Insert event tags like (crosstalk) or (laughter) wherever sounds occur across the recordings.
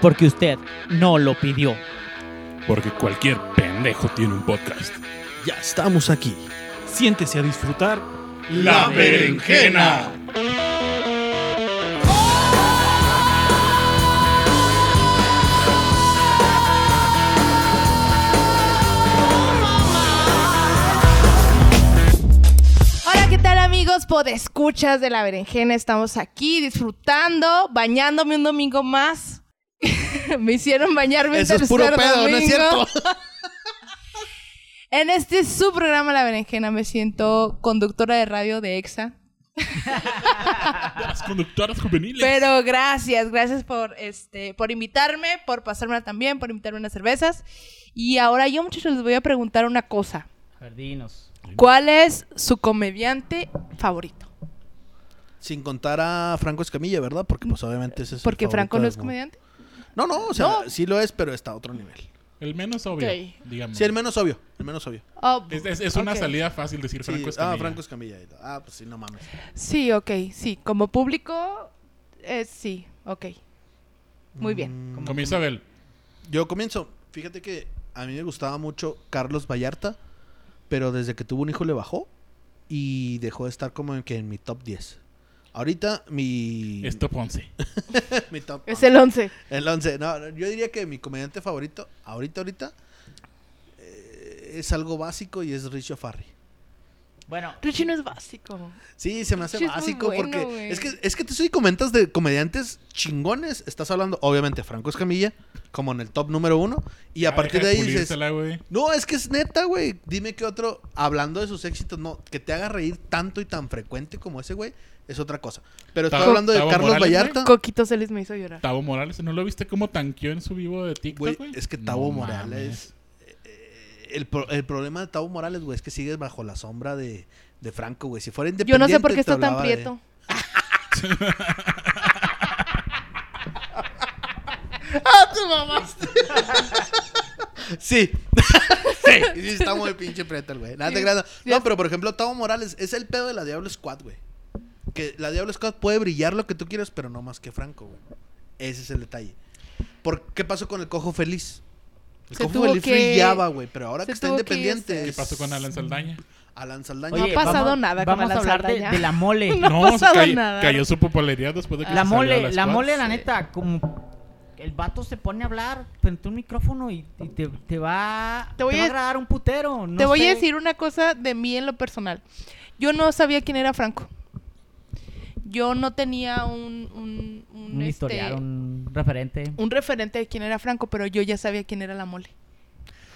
porque usted no lo pidió. Porque cualquier pendejo tiene un podcast. Ya estamos aquí. Siéntese a disfrutar La berenjena. Hola, ¿qué tal amigos? Podescuchas de la berenjena. Estamos aquí disfrutando, bañándome un domingo más. (laughs) Me hicieron bañarme Eso un es puro tercer pedo, ¿no es domingo. cierto? (laughs) En este su programa La Berenjena me siento conductora de radio de EXA. Las conductoras juveniles. Pero gracias, gracias por este, por invitarme, por pasármela también, por invitarme unas cervezas. Y ahora yo, muchachos, les voy a preguntar una cosa. Jardinos. ¿Cuál es su comediante favorito? Sin contar a Franco Escamilla, ¿verdad? Porque pues obviamente ese es el Porque favorito Franco no de- es comediante. No, no, o sea, No. sí lo es, pero está a otro nivel. El menos obvio, Ok. digamos. Sí, el menos obvio, el menos obvio. Oh, Es, es- es una ok. salida fácil decir Sí, Franco ah, Escamilla. Franco Escamilla. ahí está. Ah, pues sí, no mames. Sí, ok, sí. Como público, eh, sí, ok. Muy Mm. bien. Como Isabel. Mm, Yo comienzo. Fíjate que a mí me gustaba mucho Carlos Vallarta, pero desde que tuvo un hijo le bajó y dejó de estar como en, que en mi top 10. Ahorita mi, Es top 11. (laughs) mi top Es el 11. el 11. No, no, yo diría que mi comediante favorito ahorita ahorita eh, es algo básico y es Richo Farri. Bueno, Richie no es básico. Sí, se me hace Sí, es muy básico bueno, porque güey. es que es que tú sí comentas de comediantes chingones, estás hablando obviamente Franco Escamilla como en el top número uno y a Ya partir de deja ahí dices pulírsela, güey. No, es que es neta, güey. Dime que otro, hablando de sus éxitos, no, que te haga reír tanto y tan frecuente como ese, güey, es otra cosa. Pero estoy Tavo- hablando de Tavo Carlos Morales, Vallarta. Coquito se les me hizo llorar. Tavo Morales, ¿no lo viste cómo tanqueó en su vivo de Güey, TikTok, güey? es que No Tavo mames. Morales. eh, El, pro- el problema de Tavo Morales, güey, es que sigues bajo la sombra de, de Franco, güey. Si fuera Yo independiente. no sé por qué te está tan hablaba de- (laughs) prieto. Ah, (laughs) Sí. sí. Y sí, está muy pinche prieto el güey. Nada te Sí, creas, sí. No, pero por ejemplo, Tavo Morales es el pedo de la Diablo Squad, güey. Que la Diablo Squad puede brillar lo que tú quieras, pero no más que Franco, güey. Ese es el detalle. ¿Por ¿Qué pasó con el Cojo Feliz? El Se Cojo tuvo Feliz que- brillaba, güey, pero ahora se que está tuvo que independiente. irse. ¿Qué pasó con Alan Saldaña? Alan Saldaña? No ha pasado nada con Vamos la a hablar de, saldaña. de la mole. (laughs) (laughs) No. ha se pasado cayó, nada. cayó su popularidad después de que Ah, La se salió de mole, la, squad. mole, la neta, como el vato se pone a hablar frente a un micrófono y, y te, te va Te voy va a a- agradar un putero. no Te voy sé. a decir una cosa de mí en lo personal. Yo no sabía quién era Franco. Yo no tenía un, un, un, un este, historial, un referente. un referente de quién era Franco, pero yo ya sabía quién era la mole.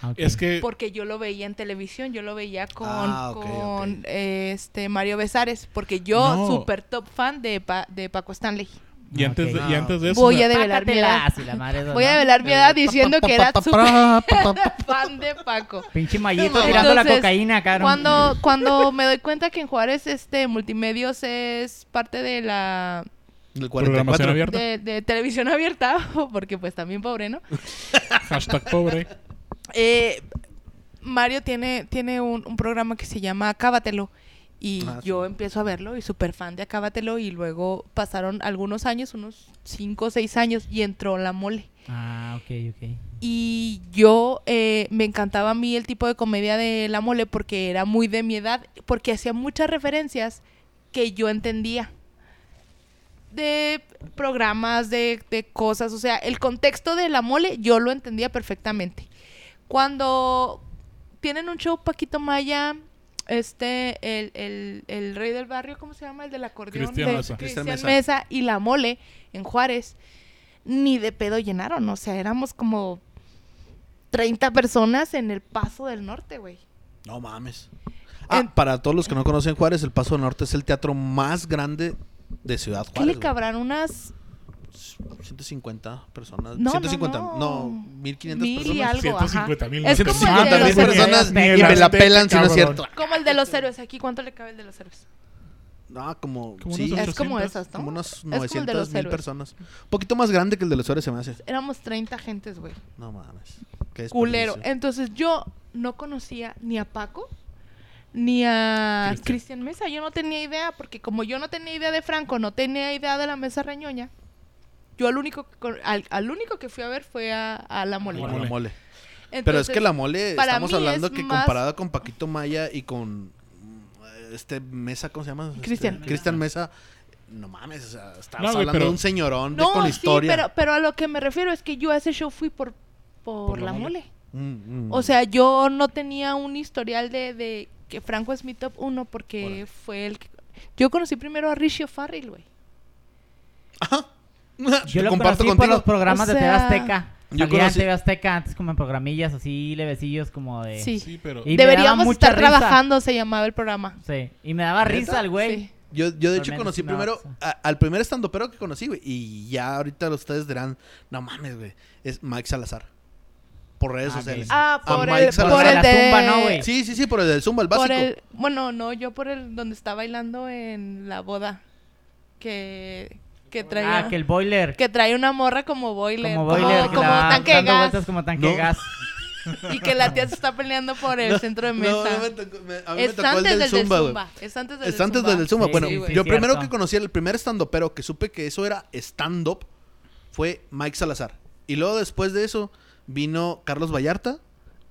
Ah, ok. Es que Porque yo lo veía en televisión, yo lo veía con, Ah, ok, con, ok. eh, este Mario Besares, porque yo, No. super top fan de, Pa- de Paco Stanley. Y antes, Ok. de, y antes de eso. Voy me- (laughs) a develar mi edad. Pácatelas, y la madre de- Voy a ¿no? velar mi edad diciendo que era super (laughs) fan de Paco. Pinche mallito tirando la Entonces, cocaína, cabrón. Cuando, cuando me doy cuenta que en Juárez este Multimedios es parte de la El Programación 44. abierta. de, de televisión abierta, (laughs) porque pues también pobre, ¿no? Hashtag pobre. Eh, Mario tiene, tiene un, un programa que se llama Acábatelo. Y Ah, sí. yo empiezo a verlo y súper fan de Acábatelo. Y luego pasaron algunos años, unos 5 o 6 años, y entró la mole. Ah, ok, ok. Y yo eh, me encantaba a mí el tipo de comedia de La Mole porque era muy de mi edad, porque hacía muchas referencias que yo entendía. De programas, de, de cosas, o sea, el contexto de La Mole yo lo entendía perfectamente. Cuando tienen un show Paquito Maya, este, el, el- el rey del barrio, ¿cómo se llama? El del acordeón. Cristian de- Mesa. Cristian Cristian Mesa. Mesa y La Mole en Juárez ni de pedo llenaron. O sea, éramos como 30 personas en el Paso del Norte, güey. No mames. Ah, En- para todos los que no conocen Juárez, el Paso del Norte es el teatro más grande de Ciudad ¿Qué le Juárez. güey. cabrán unas 150 personas. No, no, 150, no, no. 1500 Mil (laughs) y personas. algo, ajá. 150 mil. Es como el de 150 mil los héroes. personas y me la pelan si no es cierto. Como el de los héroes. Aquí, ¿cuánto le cabe el de los héroes? No, como, Como sí, unos Es como 800, esas, ¿no? como unas Es como el de 900 los mil héroes. personas. Un poquito más grande que el de los héroes se me hace. Éramos 30 gentes, güey. No mames. qué Culero. desperdicio. Entonces, yo no conocía ni a Paco ni a Cristian. Cristian Mesa. Yo no tenía idea, porque como yo no tenía idea de Franco, no tenía idea de la mesa reñoña, Yo al único, que con- al, al único que fui a ver fue a, a La Mole. La mole. Pero es Entonces, que la mole, para estamos mí hablando es que más- comparada con Paquito Maya y con mm, este Mesa, ¿cómo se llama? Este, Cristian. Cristian Mesa, no mames, o sea, estamos No, güey, hablando de pero- un señorón de- No, con sí, historia. pero, pero a lo que me refiero es que yo a ese show fui por, por, La Mole. Mm, mm. O (laughs) sea, yo no tenía un historial de, de que Franco es mi top uno porque fue el que... Yo conocí primero a Rishi O'Farrell, güey. Yo Te lo comparto conocí por contigo. los programas O de TV sea, Azteca. yo Salía conocí- en TV Azteca antes como en programillas así, levecillos como de... Sí. Sí, pero. Y me daba Deberíamos mucha estar risa. trabajando, se llamaba el programa. Sí, y me daba risa el güey. Sí. Yo, yo de hecho También conocí es una primero cosa. a- al primer estandopero que conocí, güey. Y ya ahorita ustedes dirán, no mames, güey. Es Mike Salazar. Por redes Ah, sociales. ok. Ah, A por Mike el, Salazar. por el La de... tumba, ¿no, güey? Sí, sí, sí, por el del Zumba, el básico. Por el, bueno, no, yo por el donde está bailando en la boda. Que, que traía. Ah, que que, el boiler. trae una morra como boiler. Como boiler. que como la- tanque de dando gas. vueltas como tanque No. de gas. Y que la tía se está peleando por el centro de mesa. (laughs) No, no me tocó- me- a mí me es tocó el del antes del Zumba, Zumba, güey. Es antes del Es antes Zumba. del del Zumba. Sí, bueno, sí, yo güey. sí, primero cierto. que conocí el primer estandopero que supe que eso era stand-up fue Mike Salazar. Y luego después de eso vino Carlos Vallarta.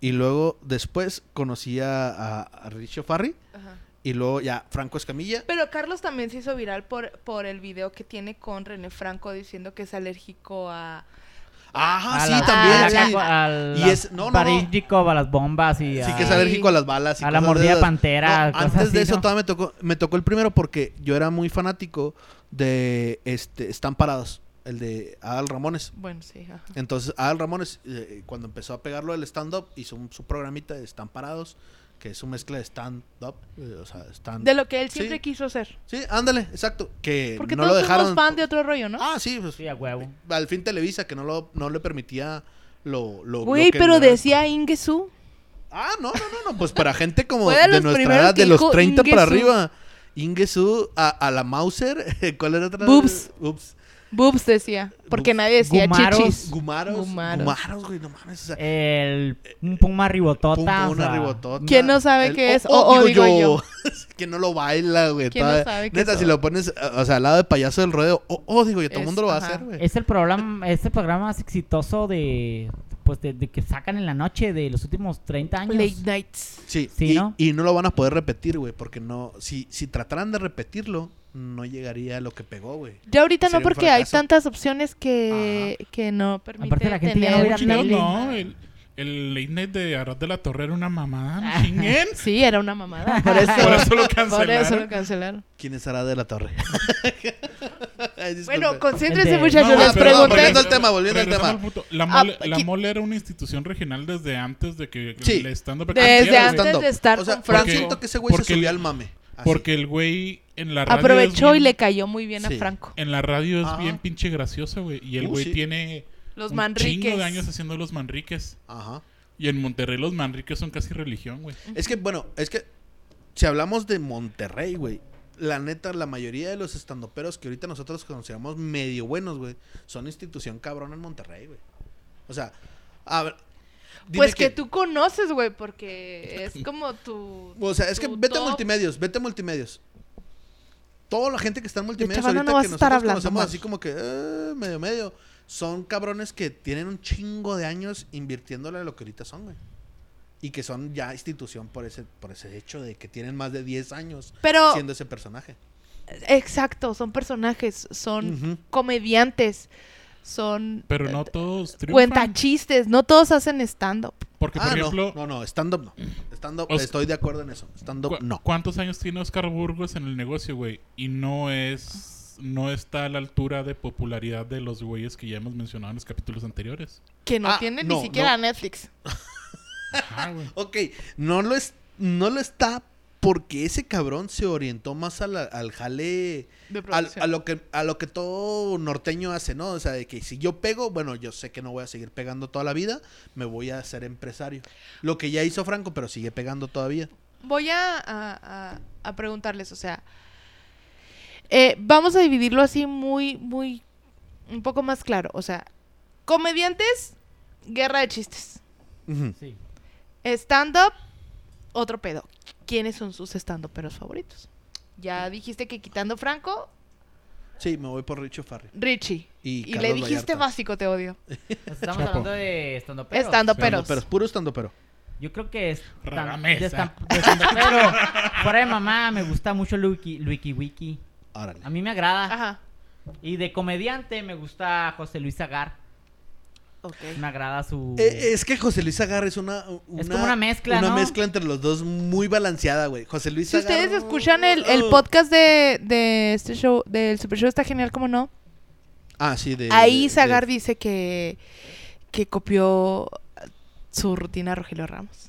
Y luego después conocí a, a, a Richo Farri. Ajá. Y luego ya Franco Escamilla. Pero Carlos también se hizo viral por, por el video que tiene con René Franco diciendo que es alérgico a... Ajá, A Ah, sí, la- también. a la- sí. a la- Y es- no, no, no. Parísico, a las bombas y Sí, a- que es alérgico a las balas. y A la cosas mordida esas. pantera, cosas antes de así, eso ¿no? todavía me tocó, me tocó el primero porque yo era muy fanático de este Están Parados, el de Adal Ramones. Bueno, sí. ajá. Entonces, Adal Ramones, eh, cuando empezó a pegarlo del stand-up, hizo un- su programita de Están Parados, que es una mezcla de stand-up, eh, o sea, stand De lo que él siempre Sí. quiso ser. Sí, ándale, exacto. Que Porque no lo todos dejaron. somos fan de otro rollo, ¿no? Ah, sí, pues, Sí, a huevo. al fin Televisa, que no, lo, no le permitía lo. lo Güey, lo que pero le- decía Ingesu. Ah, no, no, no, no. Pues para gente como Fue de, de los nuestra primeros edad, que de los dijo 30 para Ingesu. arriba. Ingesu, a, a la Mauser, (laughs) ¿cuál era otra? Boobs. Boobs. Boobs decía. Porque Boobs. nadie decía Gumaros. chichis. Gumaros. Gumaros. Gumaros. güey, no mames. O sea, El un puma ribotota. pum, o pum, una sea, ribotota. ¿Quién no sabe El qué o- es? o O- o digo (laughs) ¿Quién no lo baila, güey? ¿Quién no todavía. sabe qué Neta, es si o? lo pones, o sea, al lado de payaso del rodeo, oh, oh, digo yo, todo el Es- mundo lo va a ajá. hacer, güey. Es el programa, es el programa más exitoso de pues de, de que sacan en la noche de los últimos 30 años. Late nights. Sí, Sí, y, ¿no? y no lo van a poder repetir, güey, porque no, si, si trataran de repetirlo, no llegaría a lo que pegó, güey. Ya ahorita no, Sería un porque hay fracaso. tantas opciones que, que no permiten Aparte, la gente ya no tener... mira Chingados, tele. no, el, el late night de Arroz de la Torre era una mamada. no (laughs) chinguen. Sí, era una mamada. Ah. (laughs) Por eso, Por eso lo por eso cancelaron. lo cancelaron. ¿Quién es Sara de la Torre? (laughs) Ay, disculpe. Bueno, concéntrense, Gente. muchachos. No, les ah, perdón, pregunté. volviendo al tema, volviendo al Regresando tema. punto. La mole, Ah, la qui- mole era una institución regional desde antes de que Sí. el stand-up Desde existiera, güey. antes de estar o sea, con Franco. yo siento que ese güey se Porque- subió al mame. así. Porque el güey en la radio. Aprovechó es y bien- le cayó muy bien a Sí. Franco. En la radio es Ajá. bien pinche gracioso, güey. Y el Ah. Uh, güey sí. tiene. Los un Manriques. chingo de años haciendo los manriques. Ajá. Y en Monterrey los manriques son casi religión, güey. Es que, bueno, es que si hablamos de Monterrey, güey, la neta, la mayoría de los estandoperos que ahorita nosotros consideramos medio buenos, güey, son institución cabrón en Monterrey, güey. O sea, a ver. dime Pues que quién. tú conoces, güey, porque es como tu. O sea, es que tu vete a top. multimedios, vete a multimedios. Toda la gente que está en multimedios Chavana ahorita Este no vas que a nosotros estar hablando conocemos mal. así como que eh, medio medio, son cabrones que tienen un chingo de años invirtiéndole a lo que ahorita son, güey. Y que son ya institución por ese por ese hecho de que tienen más de 10 años Pero, siendo ese personaje. exacto, son personajes, son Ujú. comediantes, son. Pero no todos triunfan. Eh, Cuenta chistes, no todos hacen stand-up. Porque, por Ah, ejemplo, no, no, no, stand up no. Stand up O sea- estoy de acuerdo en eso. Stand up ¿cu- no. ¿cuántos años tiene Oscar Burgos en el negocio, güey? Y no es. No está a la altura de popularidad de los güeyes que ya hemos mencionado en los capítulos anteriores. Que no Ah, tienen no, ni siquiera no. Netflix. Ajá, (laughs) güey. Ok, no lo, es, no lo está porque ese cabrón se orientó más a la- al jale De a, producción. a lo que a lo que todo norteño hace, ¿no? O sea, de que si yo pego, bueno, yo sé que no voy a seguir pegando toda la vida, me voy a hacer empresario. Lo que ya hizo Franco, pero sigue pegando todavía. Voy a, a- a- a preguntarles, o sea. eh, vamos a dividirlo así muy, muy. Un poco más claro. O sea, comediantes, guerra de chistes. Sí. Stand-up, otro pedo. ¿Quiénes son sus stand-uperos favoritos? Ya dijiste que quitando Franco, Sí, me voy por Richo Farri. Richie. Y Y, le Carlos dijiste Vallarta. básico, te odio. Estamos Chapo. hablando de estando Estando Pero, peros. pero, puro estando pero. Yo creo que es Rara tan- mesa. de estam- de estampero. Fuera de mamá, me gusta mucho Luiki, Luiki Wiki. Árale. A mí me agrada. Ajá. Ah. Y de comediante me gusta José Luis Agar. Ok. Me agrada su. Eh, es que José Luis Agar es una, una. como una mezcla, Una ¿no? mezcla entre los dos muy balanceada, güey. José Luis Si Agar. ustedes escuchan el, el oh. podcast de, de este show, del Super Show está genial, como no. Ah, sí, de. de- Ahí de- Zagar dice que, que copió su rutina a Rogelio Ramos.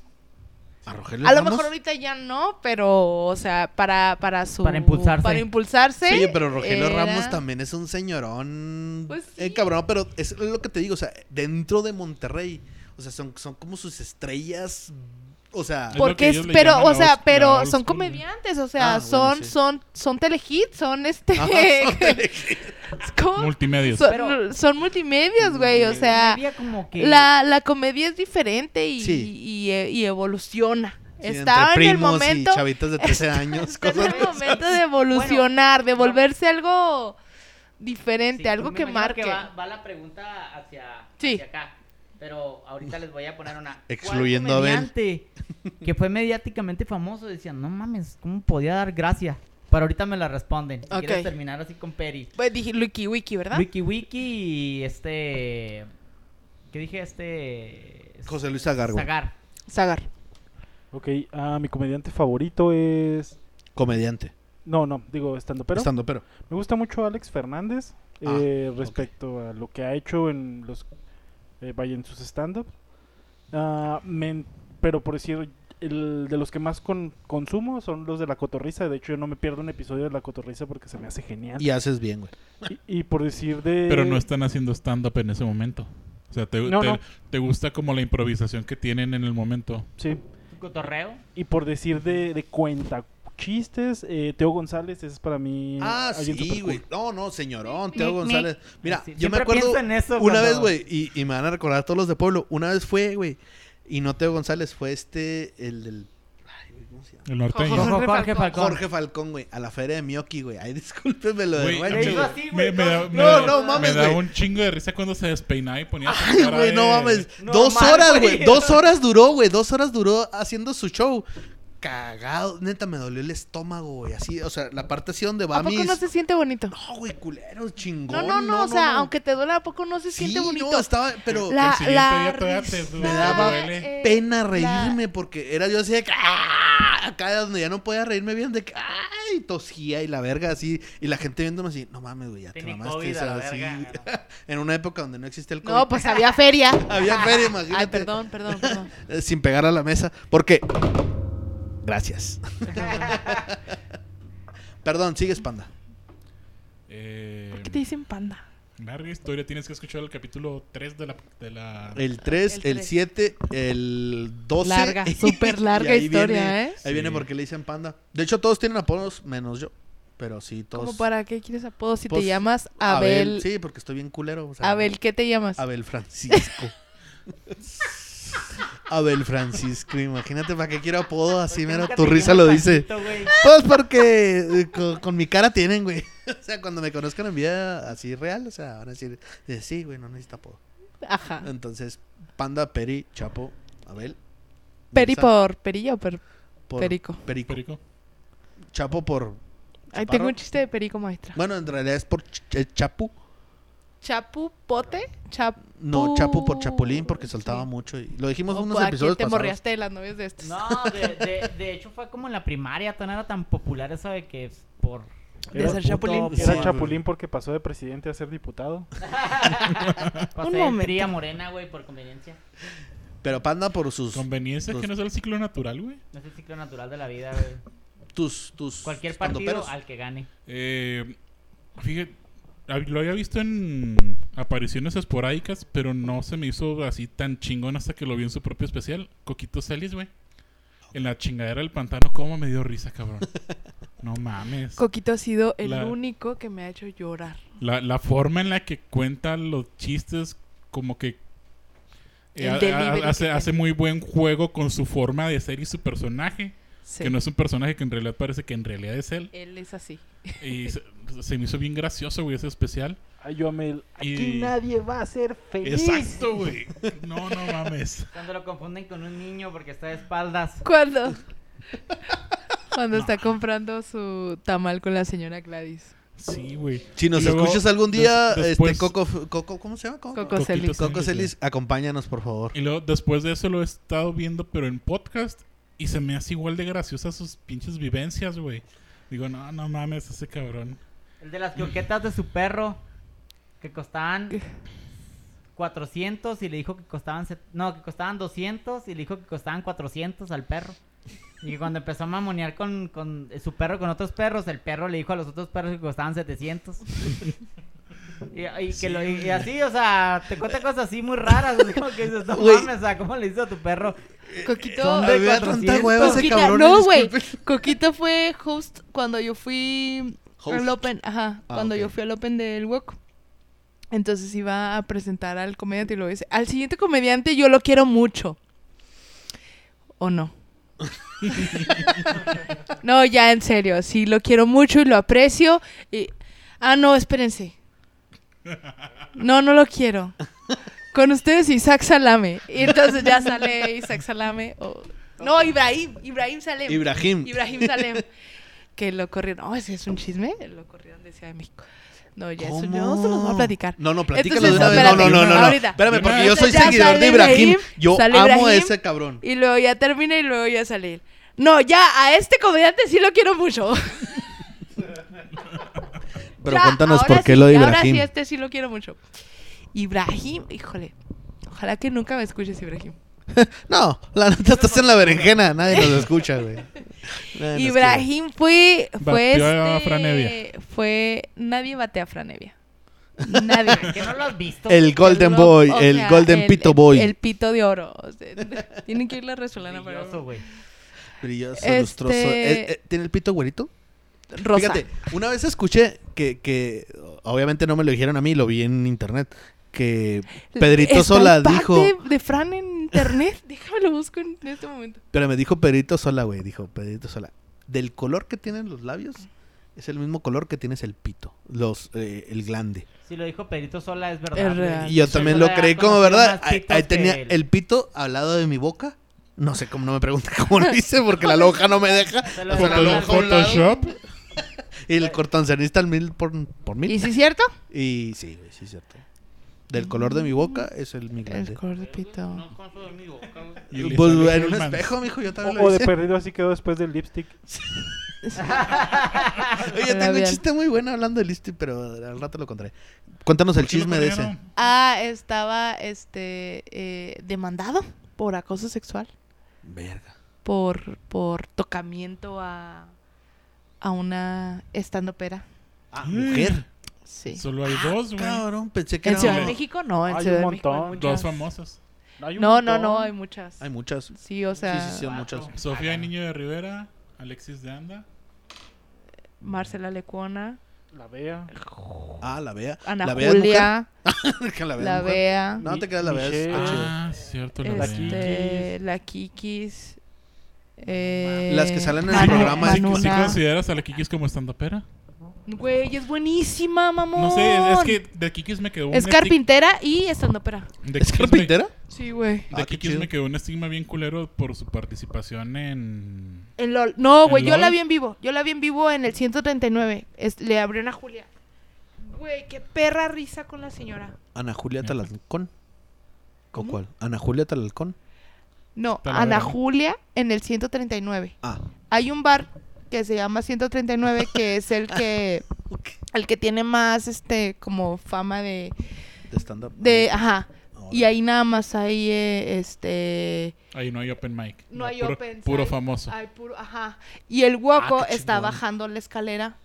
¿A Rogelio A lo Ramos? mejor ahorita ya no, pero, o sea, para, para su... Para impulsarse. Para impulsarse. eh, Sí, pero Rogelio era- Ramos también es un señorón. Pues sí. eh, cabrón, pero es lo que te digo, o sea, dentro de Monterrey, o sea, son, son como sus estrellas, o (laughs) sea, Por- Porque Es lo es, que ellos le pero, llaman o la sea, old- la pero old son school, güey. comediantes, o sea, Ah, bueno, son, sí. son, son telehits, son este, Ajá, son (laughs) ¿cómo? Multimedia. Son, Pero- son multimedios, güey, o sea, Había como que. la, la comedia es diferente y, Sí. y, e, y- y evoluciona. sí, Estaba en el y (laughs) momento, chavitas de 13 años, está en cosas (laughs) el momento de evolucionar, de Bueno, no. volverse algo diferente, Sí, pues, algo me que imagino marque. va, va la pregunta hacia, Sí. hacia acá. Pero ahorita les voy a poner una. ¿Cuál Excluyendo a Abel. comediante Que fue mediáticamente famoso. Decían, no mames, ¿cómo podía dar gracia? Pero ahorita me la responden. Si Ok. quieres terminar así con Peri. Pues dije Wiki Wiki, ¿verdad? Wiki Wiki y este. ¿Qué dije? Este. José Luis Agar, güey. Zagar. Sagar. Ok, ah, mi comediante favorito es... comediante, No, no, digo, estando pero. estando pero. Me gusta mucho Alex Fernández Ah, eh, ok. respecto a lo que ha hecho en los eh, vaya en sus stand-up. Ah, me en- pero por decir, el de los que más con- consumo son los de La Cotorrisa. De hecho, yo no me pierdo un episodio de La Cotorrisa porque se me hace genial. Ah, Y haces bien, güey. Y, y por decir de... Pero no están haciendo stand-up en ese momento. O sea, te, eh. No, te- no. te gusta como la improvisación que tienen en el momento. Sí. Cotorreo. Y por decir de, de cuenta chistes, eh, Teo González es para mí... Ah, alguien sí, supercool. güey. No, no, señorón, Teo Mic, mic. González. Mira, Sí, yo me siempre acuerdo pienso en eso una cuando- vez, güey, y, y me van a recordar todos los de pueblo. Una vez fue, güey, y no Teo González, fue este, el del... Ay, güey, ¿cómo se llama? El norteño. Ojo. Jorge, Jorge Falcón. Jorge Falcón, güey, a la feria de Miyoki, güey. Ay, (laughs) discúlpeme lo de Güey, a Le mí- hizo rancho. así, güey, me- me da- no, me no, da- no Me mames, da güey. un chingo de risa cuando se despeinaba y ponía. su Ay, cara güey, no de- mames. Normal, dos horas, güey. güey. Dos horas duró, güey. Dos horas duró haciendo su show. Cagado. Neta, me dolió el estómago, güey. Así, o sea, la parte así donde va ¿A poco mis... no se siente bonito? No, güey, culero, No, chingón. no, no, o sea, aunque te duela, ¿a poco no se siente sí, bonito? No, estaba, pero La, El siguiente la día todavía te risa, duele, Me daba eh, pena la- reírme porque era yo así de que, ¡ah! acá donde ya no podía reírme bien de que ay tosía y la verga así y la gente viéndome así no mames güey ya te Tiene mamaste COVID o a la sea, sí. verga. (laughs) en una época donde no existe el COVID No, pues había (laughs) feria. había feria imagínate (laughs) Ay, perdón, (laughs) perdón, perdón. eh, sin pegar a la mesa porque (laughs) gracias perdón sigues panda Eh, ¿Qué te dicen panda? larga historia. Tienes que escuchar el capítulo 3 de la. De la... el 3 el El tres. 7 el 12 Larga, súper larga (laughs) Y ahí historia, viene- ¿eh? ahí viene Sí. porque le dicen panda de hecho todos tienen apodos menos yo pero sí todos ¿Cómo para qué quieres apodo si Pues, te llamas Abel? Sí, porque estoy bien culero. o sea, Abel, ¿qué te llamas? Abel Francisco. (laughs) Abel Francisco, imagínate para qué quiero apodo así, mero. Nunca Tu te risa llamas lo dice. Paquito, güey. Pues porque eh, con, con mi cara tienen, güey. (laughs) O sea, cuando me conozcan en vida así real, o sea, van a decir, eh, sí, güey, no necesita apodo. Ajá. Entonces, Panda, Peri, Chapo, Abel. Peri Mirza, por perilla o per... por perico. Perico. Perico. Chapo por. Ahí Chaparro. tengo un chiste de perico, maestra. Bueno, en realidad es por ch- eh, Chapu. ¿Chapu pote? Chapu... No, Chapu por Chapulín porque soltaba Sí. mucho. Y lo dijimos en O unos ¿a quién episodios te pasados. morreaste de las novias de estos? No, de, de, de hecho fue como en la primaria, tan era tan popular eso de que es por... De ser chapulín. puto, Era por- Chapulín porque pasó de presidente a ser diputado. por Un ser momento. cría morena, güey, por conveniencia. Pero Panda por sus Pues, Conveniencia Los- que no es el ciclo natural, güey. No es el ciclo natural de la vida, güey. tus tus Cualquier partido estandoperos. al que gane. Eh, fíjate, hab- lo había visto en apariciones esporádicas, pero no se me hizo así tan chingón hasta que lo vi en su propio especial. Coquito Celis, güey. En la chingadera del pantano, ¿cómo me dio risa, (laughs) cabrón? No mames. Coquito ha sido el La- único que me ha hecho llorar. La, la forma en la que cuenta los chistes, como que eh, El ha- ha- delivery que hace, tiene. hace muy buen juego con su forma de ser y su personaje. Sí. Que no es un personaje que en realidad parece que en realidad es él. Él es así. Y se, se me hizo bien gracioso, güey, ese especial. Ay, yo amé el... Y- Aquí nadie va a ser feliz. Exacto, güey. No, no mames. Cuando lo confunden con un niño porque está de espaldas. (laughs) ¿Cuándo? Cuando está comprando su tamal con la señora Gladys. Sí, güey. Si nos Y luego, escuchas algún día, des- después- este Coco, Coco, ¿cómo se llama? Coco, Coco Coquito Celis. Celis, Coco Celis, acompáñanos, por favor. Y luego después de eso lo he estado viendo, pero en podcast. Y se me hace igual de graciosa sus pinches vivencias, güey. Digo, no, no mames, ese cabrón. El de las croquetas de su perro que costaban 400 y le dijo que costaban set- no, que costaban 200 y le dijo que costaban 400 al perro. Y que cuando empezó a mamonear con, con eh, su perro con otros perros, el perro le dijo a los otros perros que costaban 700. Y, y que lo, y así, o sea, te cuenta cosas así muy raras. así como que dices, no Güey. mames, o sea, ¿cómo le hizo a tu (laughs) perro? Eh, Coquito. Son Me de da 400. tanta hueva ese Coquita- cabrón. no, disculpe. güey. Coquito fue host cuando yo fui Host. al Open. Ajá. Ah, cuando ok. yo fui al Open del Hueco. Entonces iba a presentar al comediante y lo dice: Al siguiente comediante yo lo quiero mucho. (laughs) ¿O no? no, ya en serio. Sí, lo quiero mucho y lo aprecio. Y... Ah, no, espérense. No, no lo quiero. Con ustedes Isaac Salame. Y entonces ya sale Isaac Salame. o- No, Ibrahim. Ibrahim Salem. Ibrahim. Ibrahim Salem. que lo corrieron. Oh, ese es un chisme. Lo corrieron de Ciudad de México. No, ya eso yo no se los voy a platicar. No, no, platícalo de una Entonces, vez. No, espérate, no, no, no. no. ahorita. Espérame, porque yo soy Entonces, ya seguidor sale de Ibrahim. Ibrahim, Yo sale amo a Ibrahim. ese cabrón. Y luego ya termina y luego ya sale él. No, ya a este comediante sí lo quiero mucho. Pero Ya, cuéntanos ahora por qué sí, lo de Ahora sí, Ibrahim. a este sí lo quiero mucho. Ibrahim, híjole. Ojalá que nunca me escuches, Ibrahim. No, la neta estás en la berenjena. Nadie nos escucha, (laughs) güey. Nadie nos Ibrahim fue. fue Batió a este- Fran Evia. Fue. Nadie bate a Franevia. Nadie. Que no lo has visto. quiere. El (laughs) Golden Lo- Boy, o el sea, Golden el- Pito Boy. El pito de oro. O sea, (laughs) tienen que ir la resolana para. Brilloso, güey. Brilloso, este- lustroso. ¿Eh, eh, ¿Tiene el pito güerito? Rosa. Fíjate, una vez escuché que, que, obviamente no me lo dijeron a mí, lo vi en internet, que Pedrito ¿Está Sola el pack dijo, De, de Fran en internet. (laughs) Déjame lo busco en este momento. pero me dijo Pedrito Sola, güey, dijo Pedrito Sola, del color que tienen los labios es el mismo color que tienes el pito, los eh, el glande. Si lo dijo Pedrito Sola, es Es verdad. güey. real. Y yo Pedrito también Sola lo creí ha como conocido verdad. más Ahí, pitos ahí tenía que él. el pito al lado de mi boca. No sé cómo no me pregunté (laughs) cómo lo hice porque (laughs) la loja no me deja. Se lo O sea, la dejaron Photo- al lonja a un lado. Photoshop. Y el cortancerista al mil por, por mil. ¿Y si es cierto? Y sí, güey, sí, es cierto. Del color de mi boca es el mi El glande. color de pito. Y le Pues sale en un Hellman. espejo, mijo, yo también O, o lo de hice. perdido así quedó después del lipstick. (laughs) Oye, tengo un Labial. chiste muy bueno hablando de Listi, pero al rato lo contaré. Cuéntanos el ¿Por qué lo chisme de ese. corrieron? (laughs) Ah, estaba este eh, demandado por acoso sexual, Verga. por, por tocamiento a, a una estandopera. Ah, mujer. Sí. Solo hay dos, güey. Cabrón, pensé que ¿En era Ciudad de no. México? No, en Hay Ciudad un de México hay montón. Dos muchas. famosas. Hay un No, no, montón. no, hay muchas. Hay muchas. Sí, Sí, o sea, sí, sí, son muchas. Sofía Niño de Rivera, Alexis de Anda. Marcela Lecuona, La vea. Ah, la vea. Ana la Bea es Julia, mujer. (laughs) Que la vea. la Bea, No te creas, la vea. es- Michelle. está chido. Ah, cierto, la Este- verdad. este, la Kikis, eh, Las que salen en el Manu- programa. ¿Sí, sí Manuna. consideras a la Kikis como estandapera? Güey, es buenísima, mamón. No sé, es, es que de Kikis me quedó un Es estig- carpintera y estandopera. de ¿Es Kikis me- carpintera? Sí, güey. De Ah, qué Kikis chido. me quedó un estigma bien culero por su participación en... En LOL. No, ¿En güey, yo LOL? la vi en vivo. Yo la vi en vivo en el 139. Es- le abrió una Julia. Güey, qué perra risa con la señora. Ana Julia Mira, pues. Talalcón. ¿Con cuál? Ana Julia Talalcón. No, Talavera, Ana ¿no? Julia en el 139. Ah, Hay un bar que se llama 139 que es (laughs) el que el que tiene más este como fama de de stand-up. de ajá. Ahora. Y ahí nada más hay eh, este Ahí no hay open mic. No hay puro, open, Ah. Puro hay- famoso. Ay, puro, ajá. Y el hueco Ah, qué está chingón. bajando la escalera.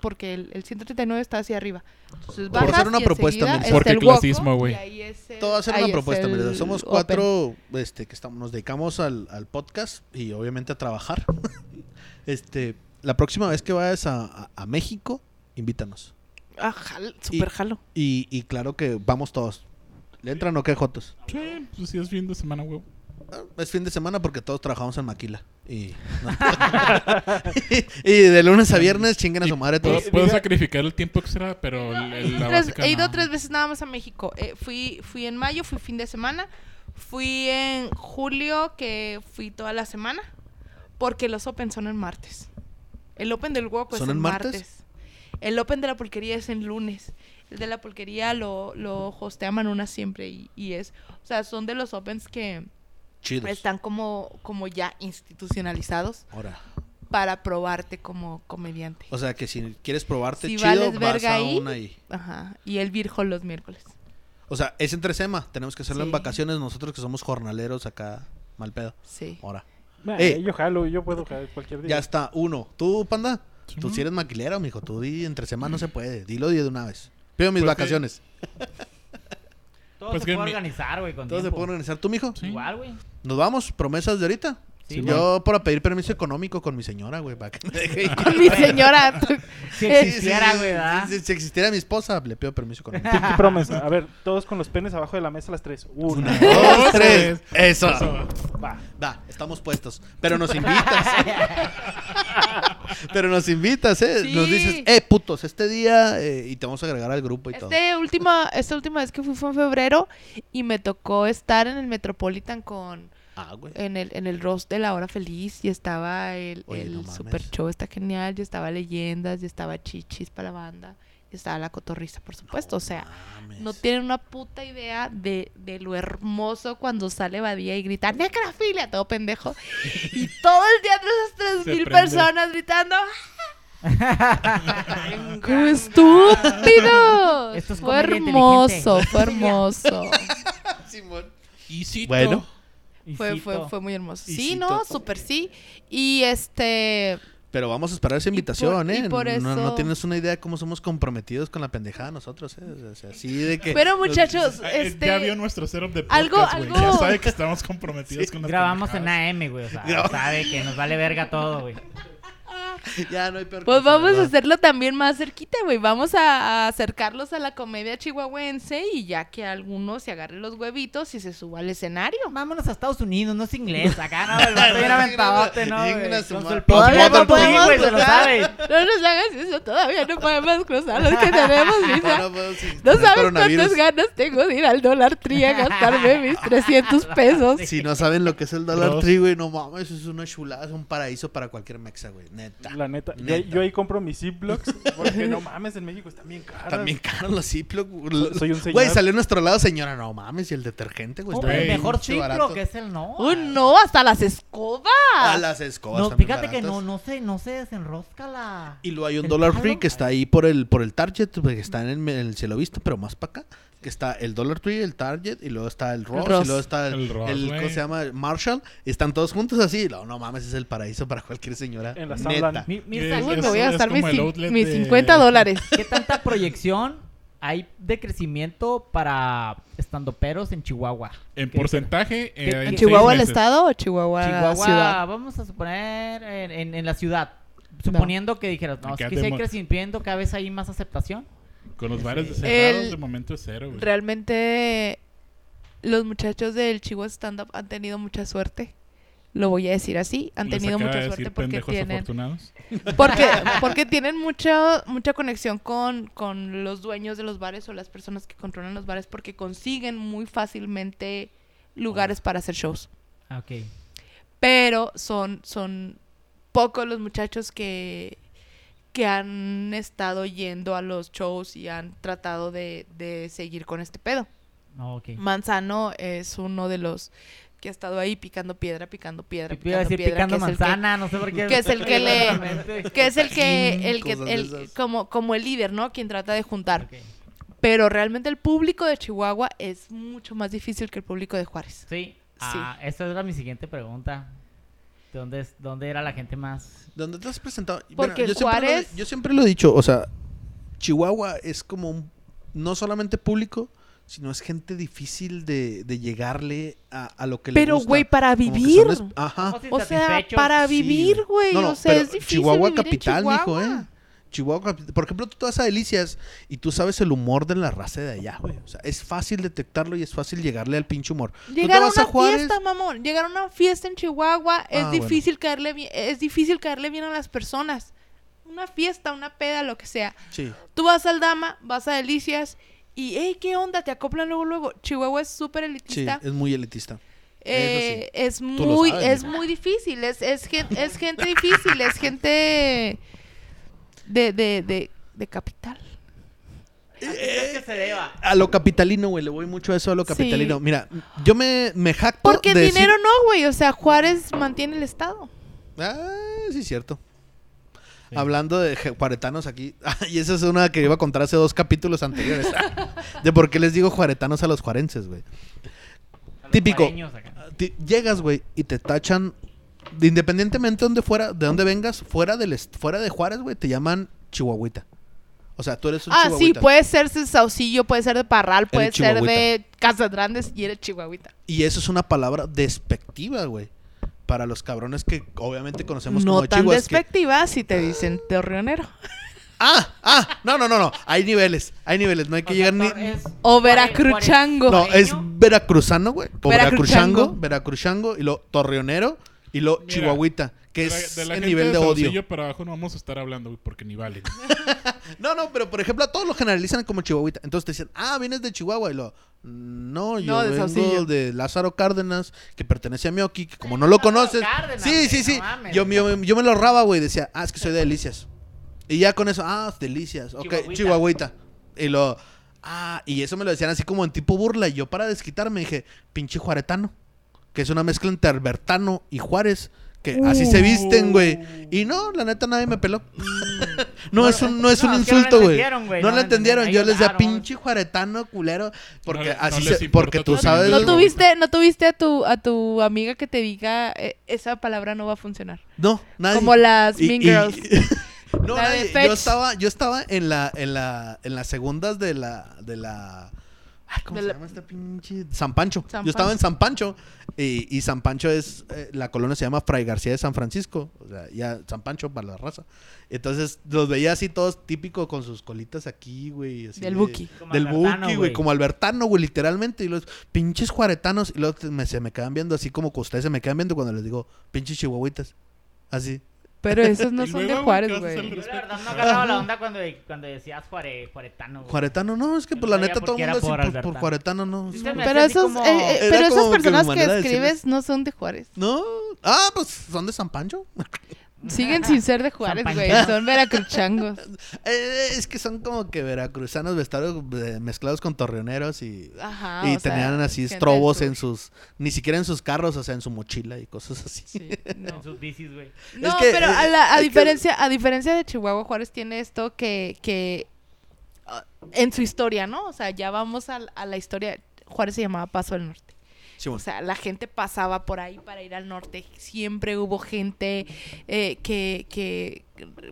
Porque el, el 139 está hacia arriba. Entonces Por bajas hacer una y propuesta, enseguida Milton. está Porque el clasismo, hueco, güey. y ahí es el- Te voy a hacer ahí una es propuesta, el mira. Somos open. cuatro este, que estamos, nos dedicamos al, al podcast y obviamente a trabajar. (laughs) este, la próxima vez que vayas a, a- a México, invítanos. Ah, jal- super jalo. Y, y claro que vamos todos. ¿Le entran o qué, Jotos? Sí, pues sí es fin de semana, huevo. ah, es fin de semana porque todos trabajamos en Maquila. Y, (laughs) y de lunes a viernes chingan a su madre Puedo, todos. puedo diga- sacrificar el tiempo extra, pero el- el- la Tres- básica he ido no. tres veces nada más a México. Eh, fui, fui en mayo, fui fin de semana. Fui en julio, que fui toda la semana. Porque los Open son en martes. El Open del Hueco es ¿Son en en martes? martes? El Open de la porquería es en lunes. El de la porquería lo, lo hostea Manuna siempre. Y, y es. O sea, son de los Opens que Chidos. están como, como ya institucionalizados Ahora. para probarte como comediante. O sea que si quieres probarte Si chido, vales vas verga a ahí. una ahí. Ajá. Y el Virgo los miércoles. O sea, es entre sema. Tenemos que hacerlo en Sí. vacaciones nosotros que somos jornaleros acá. Mal pedo. Sí. Ahora. Nah, Eh. Ah, Yo jalo, yo puedo jalar cualquier Ya día. está. Uno. Tú, panda. Tú Simón. si eres maquilero, mijo. Tú di entre semana no se puede. Dilo di de una vez. Pido mis Pues sí. vacaciones. Todo Pues se que puede mi- organizar, güey, con Todos se tiempo. pueden organizar. ¿Tú, mijo? Sí. Igual, güey. Nos vamos. Promesas de ahorita. Sí, Yo güey. para pedir permiso económico con mi señora, güey. para que me deje ir. (laughs) Con mi señora. Si Eh, existiera, Sí, güey, ¿verdad? Si, si existiera mi esposa, le pido permiso económico. (laughs) Pinky promesa. A ver, todos con los penes abajo de la mesa a las tres. Una. Dos, tres. Eso. Eso. Va. Va, estamos puestos. Pero nos invitas. ¿eh? (laughs) Pero nos invitas, ¿eh? Sí. Nos dices, eh, putos, este día. eh, y te vamos a agregar al grupo y todo. Este última, esta última vez que fui fue en febrero y me tocó estar en el Metropolitan con Ah, güey. en el en el roast de la hora feliz y estaba el, Oye, el no mames. super show está genial y estaba leyendas y estaba chichis para la banda y estaba la cotorriza por supuesto pues, o sea mames. no tienen una puta idea de, de lo hermoso cuando sale Badía y grita necrafilia (laughs) todo pendejo y todo el teatro esas Se tres mil prende. personas gritando "Ah". (laughs) ¡Qué estúpidos! Esto es fue comedia hermoso, inteligente. fue hermoso. (laughs) Isito. Bueno. fue, fue, Hijito. fue muy hermoso. Y Sí, sí, no, todo. súper sí. Y este, Pero vamos a esperar esa por- invitación, y ¿eh? por no, no eso- tienes una idea de cómo somos comprometidos con la pendejada nosotros, ¿eh? O sea, así de que. pero muchachos, Ah, eh, Ya vio este, nuestro setup de algo- podcast, güey. algo- Ya sabe que estamos comprometidos con las Grabamos en pendejadas. AM, güey. O sea, sabe que nos vale verga todo, güey. (laughs) Ya no hay peor pues cosa, vamos (laughs) a ¿verdad? hacerlo también más cerquita, güey. Vamos a, a acercarlos a la comedia chihuahuense y ya que alguno se agarre los huevitos y se suba al escenario. Vámonos a Estados Unidos, no es inglés. Acá no, (laughs) el vato bien aventadote, ¿no? Chinga güey? su Con madre. su pinche Todavía no motor, podemos güey, se lo cruzar. sabe. (laughs) No nos hagas eso todavía, no podemos cruzar los (laughs) que tenemos visa. No, no puedo, si- No el sabes coronavirus. cuántas ganas tengo de ir al dólar tri (laughs) a gastarme mis 300 (laughs) pesos. Si no saben lo que es el dólar Dos. tri, güey, no mames, es una chulada, es un paraíso para cualquier mexa, güey, neta. La neta. Yo, Neta. yo ahí compro mis Ziplocs porque no mames, en México están bien caras. También caros los Ziploc. Soy- Ah. soy un señor. Güey, salió a nuestro lado, señora, no mames, y el detergente, güey. Oh, está el bien mejor pinche ciclo barato. que es el no. ¡Uy, no! ¡Hasta las escobas! A las escobas No, también fíjate que no, baratas. no se, no se desenrosca la. Y luego hay un el dólar palo. free que está ahí por el, por el Target, pues, que está en el, en el cielo visto, pero más para acá. Que está el Dollar Tree, el Target, y luego está el Ross, Ross. y luego está el, El Ross, el- ¿cómo güey. se llama? Marshall. Y están todos juntos así. No, no mames, es el paraíso para cualquier señora. En la neta. Sunland. Mi- mi- Eh, Uy, es- me voy a es gastar mis, como el cin- outlet mis de- 50 dólares. ¿Qué tanta proyección hay de crecimiento para estandoperos en Chihuahua? En ¿Qué- porcentaje. eh, ¿En en ¿En seis Chihuahua el meses. estado o Chihuahua, la Chihuahua, ciudad? vamos a suponer en, en- en la ciudad. Suponiendo que dijeras, no, Acá es que si hay demo- crecimiento, cada vez hay más aceptación. Con los bares cerrados, El- de momento es cero, güey. Realmente, los muchachos del Chihuahua Stand Up han tenido mucha suerte. Lo voy a decir así. Han Les tenido Pues acaba mucha de suerte decir porque pendejos tienen... afortunados. (laughs) Porque, porque tienen mucha, mucha conexión con, con los dueños de los bares o las personas que controlan los bares porque consiguen muy fácilmente lugares para hacer shows. Ah, ok. Pero son, son pocos los muchachos que, que han estado yendo a los shows y han tratado de, de seguir con este pedo. No, ok. Manzano es uno de los que ha estado ahí picando piedra, picando piedra, Te iba a picando decir piedra. picando que es el que- manzana, no sé por qué. que es el que le- que es (laughs) el que el que Cosas de el- esas. como como el líder no quien trata de juntar Ok. pero realmente el público de Chihuahua es mucho más difícil que el público de Juárez Sí. Ah, esa era mi siguiente pregunta. ¿De ¿Dónde, es- ¿Dónde era la gente más? ¿Dónde te has presentado? Mira, Porque yo, siempre lo, he- Juárez- yo siempre lo he dicho, o sea, Chihuahua es como un- no solamente público, sino es gente difícil de, de llegarle a, a lo que le pero gusta. güey para Como que son vivir es- Ajá. Todos Ah, o sea insatisfechos. para Sí, vivir güey. güey No, no, o sea pero es difícil Chihuahua vivir en capital, mijo, Chihuahua. ¿eh? Chihuahua, capi- por ejemplo, tú te vas a Delicias y tú sabes el humor de la raza de allá, güey. O sea, es fácil detectarlo y es fácil llegarle al pinche humor. tú te Llegar a vas una fiesta, mamón. Llegar a una fiesta en Chihuahua es Ah, difícil caerle bien, es difícil caerle bien a las personas. Una fiesta, una peda, lo que sea. Sí. Tú vas al Dama, vas a Delicias y, hey, ¿qué onda? Te acoplan luego, luego. Chihuahua es súper Sí, elitista. es muy elitista. Eh, Es lo muy, sabes, es mija. muy difícil. Es, es, gen- es gente difícil, es gente de, de, de, de capital. ¿Crees que se deba? A lo capitalino, güey, le voy mucho a eso a lo capitalino. Sí. Mira, yo me, me jacto Porque el de decir- dinero no, güey. O sea, Juárez mantiene el Estado. Ah, sí, cierto. Hablando de je- juaretanos aquí, (laughs) Ah, y esa es una que iba a contar hace dos capítulos anteriores, (laughs) de por qué les digo juaretanos a los juarenses, güey. A los Típico. pareños acá. Ti- Llegas, güey, y te tachan, de- independientemente de donde fuera, de dónde vengas, fuera, del est- fuera de Juárez, güey, te llaman chihuahuita. O sea, tú eres un Ah, sí, chihuahuita. puede ser de Saucillo, puede ser de Parral, puede ser chihuahuita. de Casas Grandes y eres chihuahuita. Y eso es una palabra despectiva, güey. Para los cabrones que obviamente conocemos No como tan chihuahuas. que- despectiva si te dicen torreonero. Ah, ah, no, no, no, no. Hay niveles, hay niveles. No hay que O sea, llegar ni. Tor- es- O Juárez- veracruchango. No, es veracruzano, güey. O Veracruchango. veracruchango, veracruchango, y lo torreonero, y lo Mira, chihuahuita, que De la- es de la el gente nivel de odio. Saucillo para abajo no vamos a estar hablando, güey, porque ni (laughs) valen. No, no, pero por ejemplo, a todos lo generalizan como chihuahuita. Entonces te dicen, ah, vienes de Chihuahua, y lo. No, yo No, de vengo Saucillo. de Lázaro Cárdenas, que pertenece a Mioki, que como no lo Lázaro conoces. Cárdenas, sí, güey, sí, no sí. mames. yo, me- yo me lo raba, güey, decía, ah, es que soy de Delicias. Y ya con eso, ah, Delicias, ok, Chihuahuita. Chihuahuita. Y lo. Ah, y eso me lo decían así como en tipo burla. Y yo para desquitarme dije, pinche juaretano. Que es una mezcla entre Albertano y Juárez. Que así se visten, güey. Y no, la neta nadie me peló. no, es un, no es no, un es que no lo insulto, güey. entendieron, güey, No no lo lo entendieron. entendieron. Yo les decía, Ellos, claro. pinche juaretano, culero. Porque No le- así no les se, importa porque tu tú opinión. sabes. No Veracruchango. tuviste, no tuviste a tu, a tu amiga que te diga eh, esa palabra no va a funcionar. No, nadie. Como las Y- Mean y- Girls. (laughs) no, La de nadie. Fetch. Yo estaba, yo estaba en la, en la, en las segundas de la, de la. ay, ¿Cómo De se la- llama esta pinche? San Pancho. San yo estaba Pancho. en San Pancho y, y San Pancho es eh, la colonia se llama Fray García de San Francisco, o sea, ya San Pancho para la raza. Entonces los veía así todos típicos con sus colitas aquí, güey, así Del de- Buki. Como Del Albertano, Buki, güey, güey. como Albertano, güey, literalmente. Y los pinches juaretanos, y luego te- me- se me quedan viendo así como que ustedes se me quedan viendo cuando les digo pinches chihuahuitas. Así. Pero esos no Y son de luego, güey, ¿qué Juárez, vas a hacer al güey. Yo la respecto? verdad no agarraba la onda cuando, cuando decías juare, juaretano, güey. Juaretano, no, es que Yo pues no la sabía neta por todo el qué era mundo así por por, por Albertano. Juaretano, no. Sí, se me- Pero, así esos, como- eh, eh, Era como que pero esas mi personas que manera de escribes no son de (laughs) Juárez. No, ah, pues son de San Pancho. (laughs) Siguen sin ser de Juárez, San güey. Pancho. Son veracruchangos. Eh, es que son como que veracruzanos vestidos, eh, mezclados con torreoneros y, (laughs) Ajá. y Ah, o sea, tenían así gente del estrobos sur. en sus, ni siquiera en sus carros, o sea, en su mochila y cosas así. Sí, no. En sus bicis, güey. (laughs) No, Es que, pero eh, a, la- a es que- diferencia, a diferencia de Chihuahua, Juárez tiene esto que, que ah, en su historia, ¿no? O sea, ya vamos a, a la historia. Juárez se llamaba Paso del Norte. Simón. O sea, la gente pasaba por ahí para ir al norte. Siempre hubo gente eh, que, que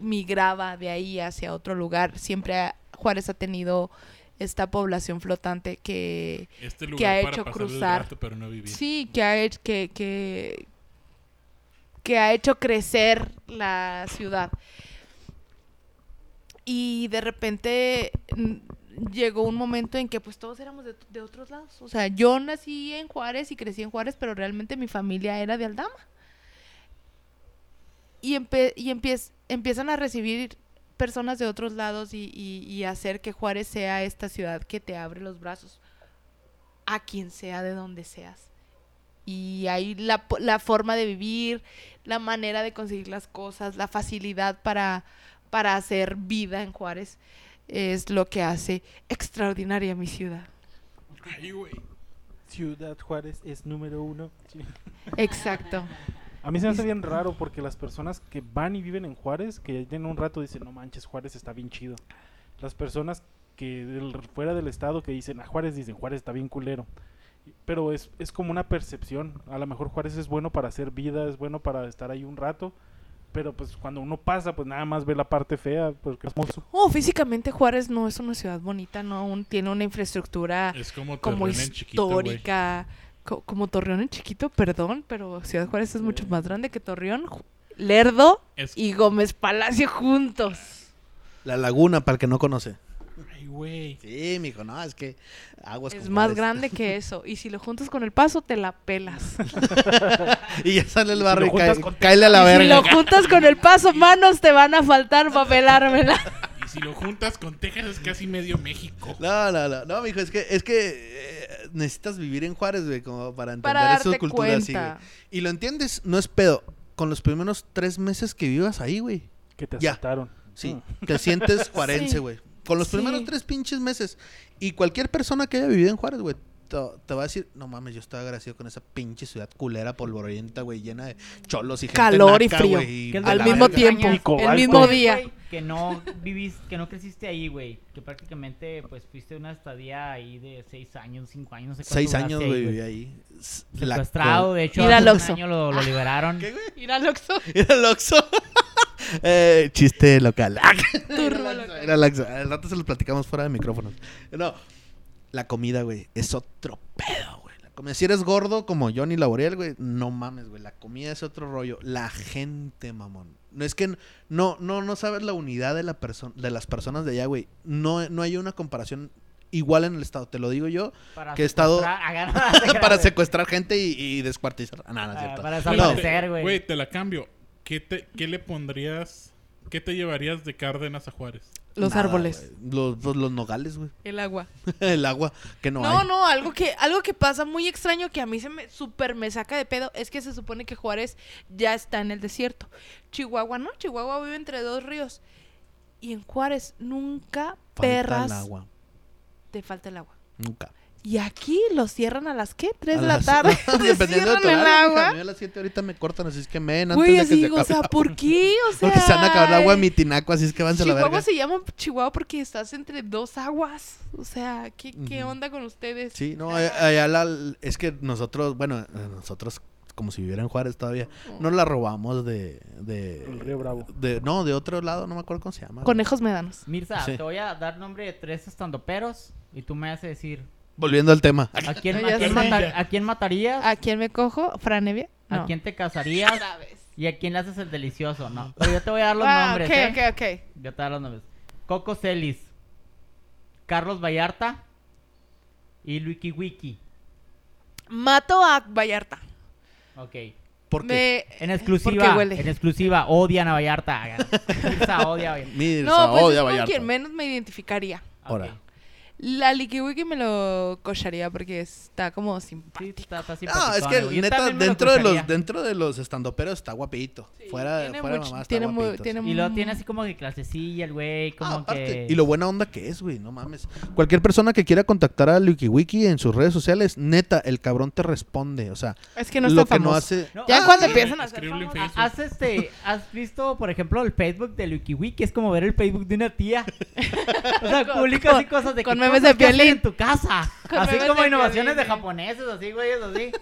migraba de ahí hacia otro lugar. Siempre ha- Juárez ha tenido esta población flotante que, Este lugar ha para hecho pasar el cruzar. rato, pero no vivir. Sí, que ha hecho, que, que, que ha hecho crecer la ciudad. Y de repente mm, llegó un momento en que pues todos éramos de, de otros lados. O sea, yo nací en Juárez y crecí en Juárez, pero realmente mi familia era de Aldama. Y, empe- y empiez- empiezan a recibir personas de otros lados y, y- y hacer que Juárez sea esta ciudad que te abre los brazos a quien sea de donde seas. Y ahí la, po- la forma de vivir, la manera de conseguir las cosas, la facilidad para, para hacer vida en Juárez es lo que hace extraordinaria mi ciudad. Ay, güey. Ciudad Juárez es número uno. Sí. Exacto. A mí se me hace bien raro porque las personas que van y viven en Juárez, que ya tienen un rato, dicen, no manches, Juárez está bien chido. Las personas que del- fuera del estado que dicen, a Juárez dicen, Juárez está bien culero. Y- Pero es, es como una percepción. A lo mejor Juárez es bueno para hacer vida, es bueno para estar ahí un rato. Pero pues cuando uno pasa, pues nada más ve la parte fea, porque es hermoso. (laughs) Oh, físicamente Juárez no es una ciudad bonita, no un- tiene una infraestructura Es como, como Torreón en chiquito, güey. histórica, co- como Torreón en chiquito, perdón, pero Ciudad Juárez es mucho más grande que Torreón, Ju- Lerdo Es- y Gómez Palacio juntos. La laguna, para el que no conoce. Ay, güey. Sí, mijo, no, es que aguas Es compadres. más grande que eso. Y si lo juntas con el paso, te la pelas. Y ya sale el barrio y, juntas cae- con- cáele a (laughs) la si verga. lo juntas con el paso, manos te van a faltar para pelármela. Y si lo juntas con Texas es casi medio México. No, no, no, no, mijo, es que, es que eh, necesitas vivir en Juárez, güey, como (laughs) para entender Para su darte cultura así, güey. cuenta. Y lo entiendes, no es pedo. Con los primeros tres meses que vivas ahí, güey. Que te Ya. asaltaron. Sí, te sientes juarense, Mm. (laughs) Sí. güey. Con los Sí. primeros tres pinches meses. Y cualquier persona que haya vivido en Juárez, güey, te, te va a decir, no mames, yo estaba agradecido con esa pinche ciudad culera, polvorienta, güey, llena de cholos y gente Calor y naca, frío. güey, y Que es de lo Al la que mismo más verga. tiempo, extrañas, Y cobalto. el mismo güey, día. Que no vivís, que no creciste ahí, güey. Que prácticamente, pues, fuiste una estadía ahí de seis años, cinco años, no sé cuánto Seis duraste años, ahí, güey, viví ahí. S- la Secuestrado, de hecho, Ir al hace un Oxxo. año lo, lo liberaron. ¿Qué, güey? Ir al Oxxo, Era el Oxxo. (laughs) Eh, chiste local. (laughs) turbo local. Era el Oxxo. Al rato se los platicamos fuera de micrófonos. No, la comida, güey, es otro pedo, güey. La comida- Si eres gordo como Johnny Laboriel, güey, no mames, güey. La comida es otro rollo. La gente, mamón. No es que n- no, no, no sabes la unidad de, la perso- de las personas de allá, güey. No, no hay una comparación igual en el estado. Te lo digo (laughs) yo. para Que he estado- secuestrar- (laughs) para secuestrar gente y, y descuartizar. Ah, no, no es Ah, cierto. para Güey, desaparecer. te- güey. Güey, te la cambio. ¿Qué, te, ¿Qué le pondrías? ¿Qué te llevarías de Cárdenas a Juárez? Los Nada, árboles, güey. Los, los, los nogales, güey. el agua. (laughs) El agua que no, hay. No, no, algo que, algo que pasa muy extraño que a mí se me super me saca de pedo es que se supone que Juárez ya está en el desierto. Chihuahua no, Chihuahua vive entre dos ríos. Y en Juárez nunca Falta perras el agua. te falta el agua. Nunca. Y aquí los cierran a las qué? A Tres de la las- (laughs) tarde. (laughs) Te Dependiendo de cierran tu el horario, mija, A agua. mí a las 7 ahorita me cortan, así es que men, antes de Güey, que se así digo, acabe (laughs) o sea, pues, el agua. ¿por qué? O sea, Porque se van a acabar el agua en mi tinaco, así es que váyanse a la Chihuahua verga. se llama Chihuahua porque estás entre dos aguas. O sea, ¿qué, qué Ujú. onda con ustedes? Sí, no, eh, a- allá la- es que nosotros, bueno, eh, nosotros como si viviera en Juárez todavía, Mm. no la robamos de, de El Río Bravo. de- no, de otro lado, no me acuerdo cómo se llama. Conejos medanos. Mirza, Sí. te voy a dar nombre de tres estandoperos y tú me vas a decir Volviendo al tema. ¿a quién, a Ya quién sé. matar- a quién matarías, ¿A quién me cojo? ¿Franevia? Ah, No. a quién te (laughs) casarías Otra vez. y a quién le haces el delicioso, ¿no? Pero yo te voy a dar los Ah, nombres, ok, ¿eh? ok, ok. Yo te voy a dar los nombres. Coco Celis, Carlos Vallarta y Luiki Wiki. Mato a Vallarta. Ok. Porque Me- En Porque exclusiva, huele. en exclusiva, odian a Vallarta. Mirza odia a Vallarta. Mirza No, pues odia es a con Vallarta. quien menos me identificaría. Ok. (laughs) Ahora. La Likiwiki me lo cocharía porque está como simpático. Sí, está, está No, es simpaticón, que güey. Yo neta, también me lo dentro de los cruzaría. dentro de los estandoperos está guapito. fuera tiene fuera de mucho- mamá está tiene muy- guapito. tiene Y luego Mm. tiene así como que clasecilla el güey, como Ah, que... aparte, Y lo buena onda que es, güey, no mames. Cualquier persona que quiera contactar a LuikiWiki en sus redes sociales, neta, el cabrón te responde. O sea, Es que no lo está que famoso. no hace. No, Ya ah, cuando sí. empiezan a hacer Escribe en famosos- Facebook. ¿Has, este, ¿Has visto, por ejemplo, el Facebook de LukiWiki? Es como ver el Facebook de una tía. O (laughs) sea, Con- publica así cosas de que con memes de cosas que hacer violín. en tu casa. Con así memes como de innovaciones de violín, güey. japoneses, así, güey, así.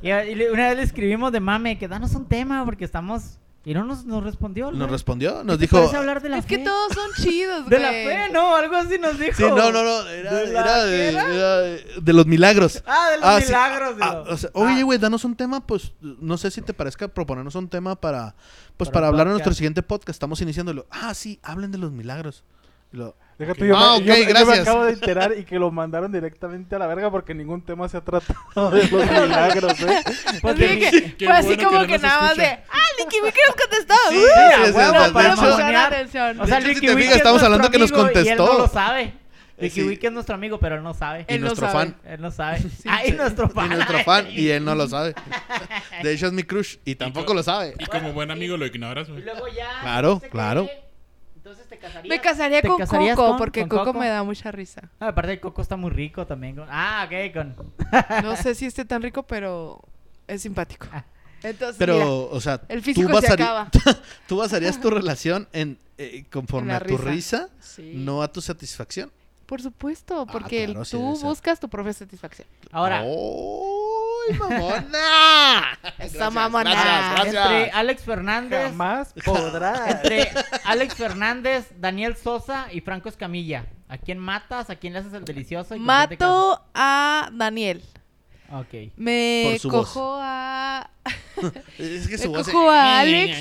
Y, y le- una vez le escribimos de mame que danos un tema porque estamos... Y no nos, nos respondió. Nos respondió. respondió, nos dijo. hablar de la es fe? que todos (laughs) son chidos, De la güey. fe, ¿no? Algo así nos dijo. Sí, no, no, no. Era ¿De de, la era qué de, era? era de- de los milagros. Ah, (laughs) de los Ah, sí. milagros. Ah, digo. o sea, Ah. oye, güey, danos un tema, pues no sé si te parezca proponernos un tema para pues Para para, hablar en podcast. nuestro siguiente podcast. Estamos iniciándolo. Ah, sí, hablen de los milagros. Y lo- Deja tú, Ok. yo, me- Ah, yo- ok, yo me gracias. acabo de enterar y que lo mandaron directamente a la verga porque ningún tema se ha tratado (laughs) de los milagros, ¿eh? Así de que- qué Pues fue así bueno como que que, no nos nada más de, escucha. ah, Likiwiki nos contestó. Sí, Uh, sí, a sí, huevo, de para pero hecho- pusieron mamonear. atención. O sea, hecho, si Ricky te Wiki fijas, es estamos nuestro hablando que nos amigo y él no contestó. lo sabe. Ricky sí. Wiki es nuestro amigo, pero él no sabe. y Él no nuestro sabe. fan. Él no (laughs) sabe. ah, y nuestro Y fan. nuestro fan, y él no lo (laughs) sabe. De hecho, es mi crush, y tampoco lo Ah, sabe. Y como buen amigo lo ignoras, Y güey. luego ya. Claro, no sé qué, claro. Entonces te casarías. Me casaría ¿Te con casarías Coco con- porque con Coco, Coco? me da mucha risa. Ah, aparte, el coco está muy rico también. con- Ah, ok, con. No sé si esté tan rico, pero es simpático. Ah. Entonces, Pero, mira, o sea, el físico se basari- (laughs) acaba. tú basarías tu relación en eh, conforme En la a tu risa. risa, Sí. no a tu satisfacción. Por supuesto, porque el- claro, sí tú debe ser. buscas tu propia satisfacción. Ahora, Oh, ¡Ay, (laughs) mamona! Esa Gracias, mamona. Gracias, entre gracias. Alex Fernández. (laughs) Jamás podrás. Entre Alex Fernández, Daniel Sosa y Franco Escamilla. ¿A quién matas? ¿A quién le haces el delicioso? ¿Y con quién te Mato a Daniel. casas? Ok. Me Por su voz. cojo a. Es que Me su voz eh. es- cojo a Alex.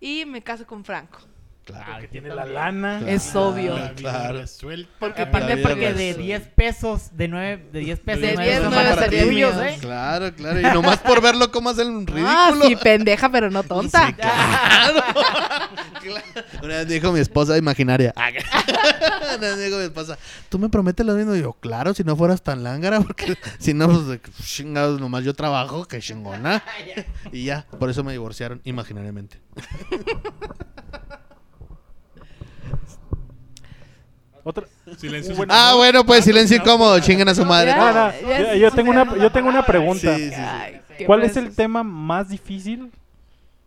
y me caso con Franco. Claro. Ah, que yo tiene la también. lana. Claro. Es obvio. Ah, claro. Suelta. Porque Ah, aparte ya porque ves. de 10 pesos, de 9, de 10 pesos, De nueve 10, son nueve para serían tuyos, míos. ¿eh? Claro, claro. Y nomás por verlo cómo hace el ridículo. Ah, sí, pendeja, pero no tonta. (laughs) Claro. Una vez dijo mi esposa imaginaria. (laughs) Una vez dijo mi esposa, ¿tú me prometes lo mismo? Y yo, claro, si no fueras tan lángara, porque si no, pues, de que, chingados, nomás yo trabajo, que chingona. Y ya, por eso me divorciaron imaginariamente. Otra. Silencio. Bueno, Ah, bueno, pues silencio incómodo, chinguen a su madre. No, no, Ya, yo- ya yo, se tengo una, superaron yo la tengo una palabra. pregunta. Sí, sí, sí. Ay, qué ¿Cuál es grueso. el tema más difícil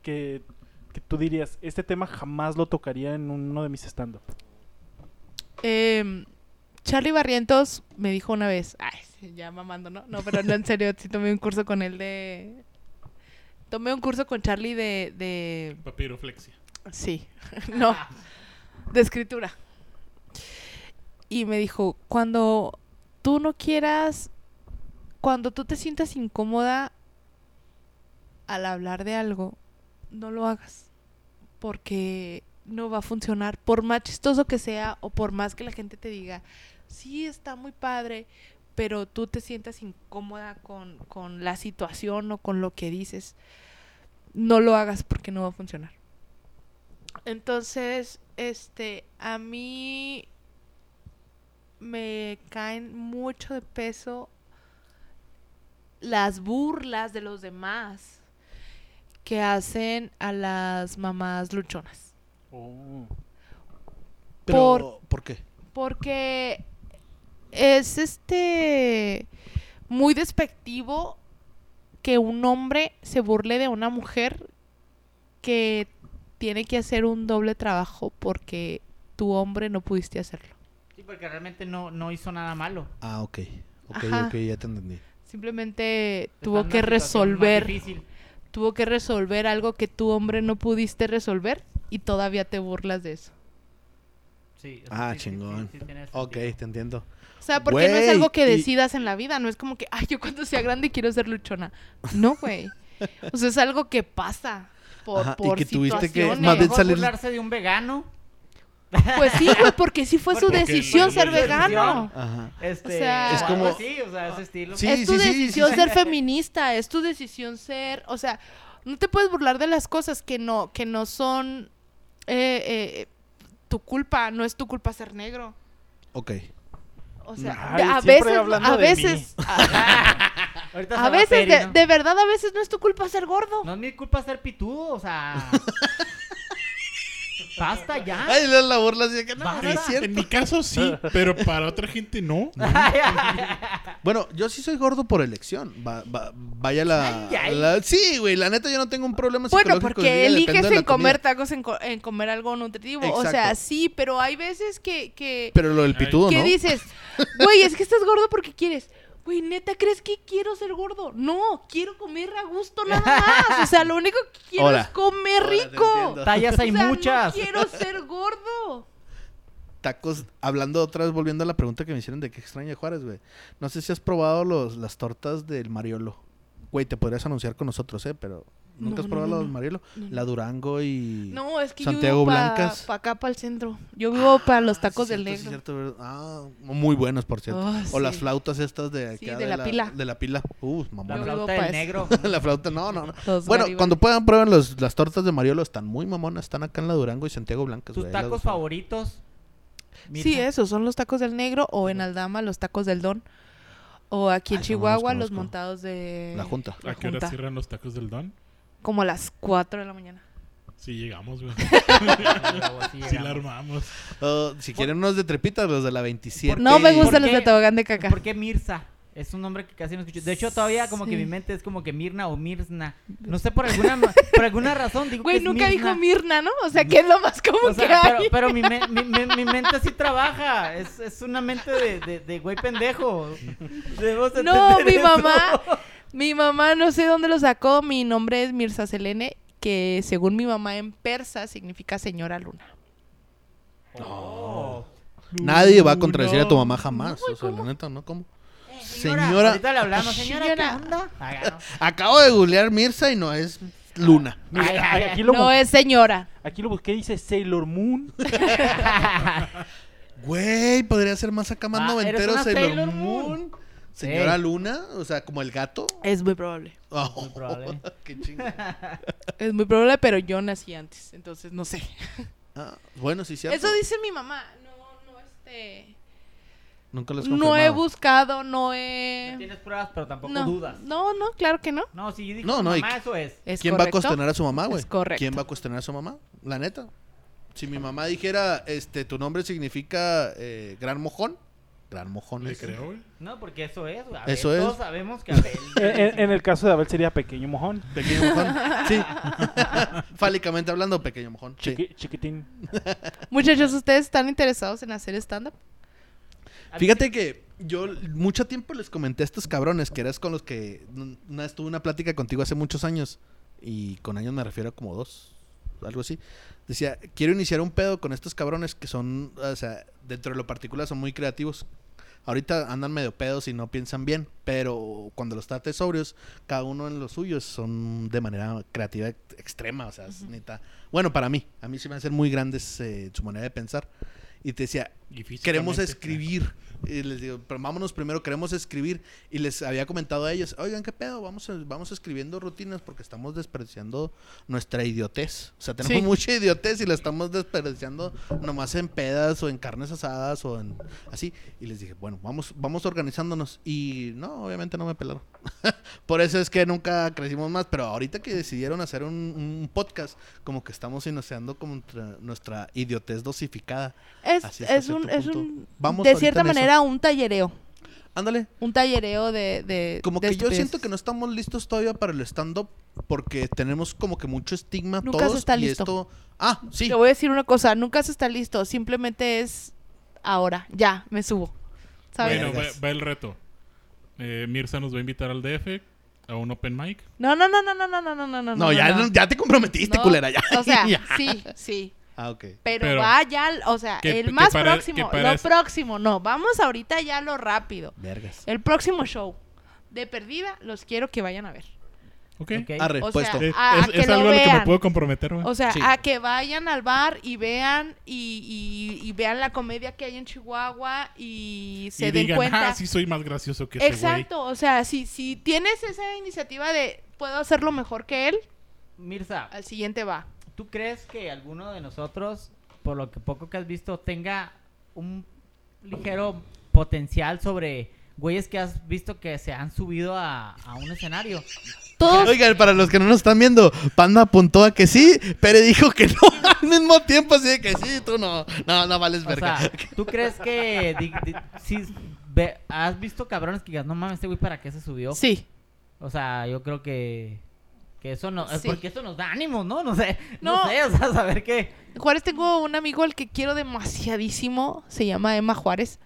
que, que tú dirías, este tema jamás lo tocaría en uno de mis stand-up? Eh, Charlie Barrientos me dijo una vez, ay, sí, ya mamando, ¿no? No, pero no, en serio, sí tomé un curso con él de... Tomé un curso con Charlie de... de... Papiroflexia. Sí, (laughs) no, de escritura. Y me dijo, cuando tú no quieras, cuando tú te sientas incómoda al hablar de algo, no lo hagas, porque no va a funcionar, por más chistoso que sea o por más que la gente te diga, sí, está muy padre, pero tú te sientas incómoda con, con la situación o con lo que dices, no lo hagas porque no va a funcionar. Entonces, este, a mí me caen mucho de peso las burlas de los demás que hacen a las mamás luchonas. Oh. Pero, Por- ¿por qué? Porque es este muy despectivo que un hombre se burle de una mujer que tiene que hacer un doble trabajo porque tu hombre no pudiste hacerlo. Sí, porque realmente no, no hizo nada malo. Ah, ok. Ok, Ajá. ok, ya te entendí. Simplemente Está tuvo en que una situación más resolver, difícil. tuvo que resolver algo que tu hombre no pudiste resolver y todavía te burlas de eso. Sí, o sea, Ah, sí, sí, chingón. sí, sí, tiene sentido. Ok, te entiendo. O sea, porque no es Güey, algo que y- decidas en la vida, no es como que, ay, yo cuando sea grande quiero ser luchona. No, güey. O sea, es algo que pasa por, Ajá, y por que tuviste que- situaciones. más bien Mejor salir- burlarse de un vegano. Pues sí, güey, porque sí fue su Porque- decisión porque ser es su vegano. Ajá. Este, O sea- Es es como- como... Sí, o sea, ese estilo. Sí, es tu sí, sí, sí, decisión sí. ser feminista, es tu decisión ser, o sea, no te puedes burlar de las cosas que no, que no son eh, eh, tu culpa, no es tu culpa ser negro. Ok. Ah. O sea, Ay, a siempre veces, hablando a de mí. veces, (laughs) Ahorita se a va veces, Peri, de, ¿no? de verdad, a veces no es tu culpa ser gordo. No es mi culpa ser pitudo, o (laughs) sea. Basta ya. Ay, le das la burla así de que no, Ah, Basta. no es cierto. En mi caso sí, pero para otra gente (laughs) no. Bueno, yo sí soy gordo por elección. Va- va- vaya la, Ay, ay. la- Sí, güey, la neta yo no tengo un problema Bueno, psicológico. de porque que dependo eliges de la en comer comida. tacos, en, co- en comer algo nutritivo. O sea, Exacto. sí, pero hay veces que, que, Pero lo del pitudo, que ¿no? (laughs) dices, güey, es que estás gordo porque quieres. Güey, neta, ¿crees que quiero ser gordo? No, quiero comer a gusto (laughs) nada más. O sea, lo único que quiero Hola. es comer Hola, te rico. entiendo. Tallas Ah, hay O sea, muchas. No quiero ser gordo. Tacos, hablando otra vez, volviendo a la pregunta que me hicieron de qué extraña Juárez, güey. No sé si has probado los, las tortas del Mariolo. Güey, te podrías anunciar con nosotros, ¿eh? Pero nunca No, has no, probado no, las no. del Mariolo. No, no. La Durango y... No, es que Santiago yo vivo para Blancas. acá, para el centro. Yo vivo para los Ah, tacos sí, del cierto, sí, negro. cierto, ¿verdad? ah, muy buenos, por cierto. Ah, o las sí. flautas estas de, Sí, acá de la pila. De la pila. Uh, La Yo pues. mamona. vivo flauta pa' del eso. negro. (laughs) la flauta, no, no, no. Los Bueno, Garibaldi. cuando puedan prueben los- las tortas de Mariolo, están muy mamonas, están acá en la Durango y Santiago Blancas. Tus güey, ahí las tacos dos. favoritos. Mirza. Sí, esos son los tacos del negro o en Aldama los tacos del don. O aquí Ay, no, no en los Chihuahua los conozco. montados de... La Junta. la ¿A qué hora junta. cierran los tacos del Don? Como a las 4 de la mañana. Sí, llegamos, (laughs) güey. Sí, Sí, la armamos. Ah, si quieren unos de trepitas, los de la 27. No me y- gusta ¿Por gustan los de qué? tobogán de caca. ¿Por qué Mirza? Es un nombre que casi no escucho. De hecho, todavía como que Sí. mi mente es como que Mirna o Mirna. No sé, por alguna, por alguna razón digo Güey, que es nunca dijo Mirna. Mirna, ¿no? O sea, que es lo más común O sea, que hay. pero, pero mi, me- mi- mi- mi mente sí trabaja. Es, es una mente de, de, de güey pendejo. Debemos No, entender mi eso. mamá, mi mamá no sé dónde lo sacó. Mi nombre es Mirza Selene, que según mi mamá en persa significa señora luna. Oh. Nadie va a contradecir a tu mamá jamás. o sea, la neta, ¿no? ¿Cómo? Señora. Señora- Ahorita le hablamos, señora, ¿qué Señora. (laughs) onda? Ah, ya no. Acabo de googlear Mirza y no es Luna. Mira, Ay, ay, aquí, lo, bu- No es señora. aquí lo busqué, dice Sailor Moon. Güey, podría ser más acá más Ah, ¿eres noventero una Sailor, Sailor Moon. Moon? Señora Sí. Luna, o sea, como el gato. Es muy probable. (laughs) Oh, probable. qué chingón. Es muy probable, pero yo nací antes, entonces no sé. Ah, bueno, sí, cierto. Eso dice mi mamá. No, no, este. Nunca lo has No he confirmado. buscado, no he. Tienes pruebas, pero tampoco No, dudas. no, no, claro que no. No, sí, yo dije, No, no, y- mamá, eso es. Es ¿Quién correcto. va a cuestionar a su mamá, güey? Es correcto. ¿Quién va a cuestionar a su mamá? La neta. Si mi mamá dijera, este, tu nombre significa eh, gran mojón, gran mojón Le es. creo, güey. No, porque eso es. güey. Eso Abel, es. Eh, Todos sabemos que (laughs) Abel. En, en- en el caso de Abel sería Pequeño Mojón. Pequeño mojón. Sí. (laughs) Fálicamente hablando, pequeño mojón. Sí. Chiqui- Chiquitín. Muchachos, ¿ustedes están interesados en hacer stand-up? Fíjate que yo mucho tiempo les comenté a estos cabrones que eras con los que una vez tuve una plática contigo hace muchos años y con años me refiero a como dos, algo así. Decía, quiero iniciar un pedo con estos cabrones que son, o sea, dentro de lo particular son muy creativos. Ahorita andan medio pedos y no piensan bien, pero cuando los trates sobrios, cada uno en los suyos son de manera creativa ex- extrema, o sea, es neta. Bueno, para mí, a mí se me hacen muy grandes eh, su manera de pensar. Y te decía, Y queremos físicamente, escribir. Y les digo, pero vámonos primero, queremos escribir. Y les había comentado a ellos, oigan, qué pedo, vamos, a- vamos escribiendo rutinas porque estamos despreciando nuestra idiotez. O sea, tenemos (laughs) Sí. mucha idiotez y la estamos despreciando nomás en pedas o en carnes asadas o en así. Y les dije, bueno, vamos, vamos organizándonos. Y no, obviamente no me pelaron. (laughs) Por eso es que nunca crecimos más. Pero ahorita que decidieron hacer un, un podcast, como que estamos inoceando contra nuestra idiotez dosificada. Es, Así hasta es un, cierto es punto. un, Vamos de ahorita cierta en eso. manera, un tallereo. Ándale. Un tallereo de, de Como eh, de que yo siento estupideces. que no estamos listos todavía para el stand-up porque tenemos como que mucho estigma Nunca se todos está y listo. esto... Ah, sí. Te voy a decir una cosa, nunca se está listo, simplemente es ahora, ya, me subo. ¿Sabes? Bueno, va, Vergas. va el reto. Eh, Mirza nos va a invitar al DF a un open mic. No, no, no, no, no, no, no, no, no, no. No, ya, no- ya te comprometiste, No, culera, ya. O sea, Ya. sí, sí. (laughs) Ah, ok. Pero, Pero- vaya, o sea, que- el que más para- que próximo, para lo ese- próximo, no, vamos ahorita ya a lo rápido. Vergas. El próximo show de perdida los quiero que vayan a ver. Ok. Eh, Ok. Arre, O puesto. sea, Es, a- a es- Ah, que es lo algo a lo que me vean. puedo comprometer, güey. O sea, Sí. a que vayan al bar y vean y, y- y vean la comedia que hay en Chihuahua y se y den digan, cuenta. ah, sí soy más gracioso que ese güey. Exacto, o sea, si, si tienes esa iniciativa de puedo hacerlo mejor que él, Mirza, al siguiente va. ¿tú crees que alguno de nosotros, por lo que poco que has visto, tenga un ligero potencial sobre güeyes que has visto que se han subido a, a un (laughs) escenario? Todos, Oigan, para los que no nos están viendo, Panda apuntó a que sí, pero dijo que no (laughs) al mismo tiempo, así de que sí, tú no. No, no vales O verga. sea, ¿tú crees que di- di- si ve- has visto cabrones que digas, no mames, este güey para qué se subió? sí. O sea, yo creo que, que eso no, es Sí. porque eso nos da ánimos, ¿no? No sé, no, No. sé, o sea, saber que Juárez, tengo un amigo al que quiero demasiadísimo, se llama Emma Juárez,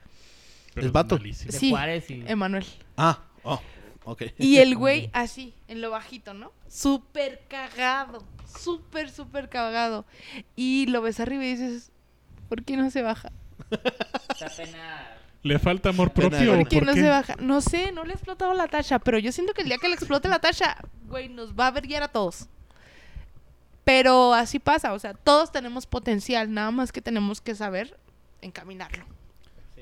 Pero (laughs) El es vato. malísimo. de Sí, Em Juárez y... Emanuel. Ah, oh, ok. (laughs) Y el güey así, en lo bajito, ¿no? Súper cagado, súper, súper cagado. Y lo ves arriba y dices, ¿por qué no se baja? Esta pena- ¿Le falta amor Pena propio de o ¿Por qué por no qué? se baja? No sé, no le ha explotado la tacha, pero yo siento que el día que le explote la tacha, güey, nos va a verguiar a todos. Pero así pasa, o sea, todos tenemos potencial, nada más que tenemos que saber encaminarlo.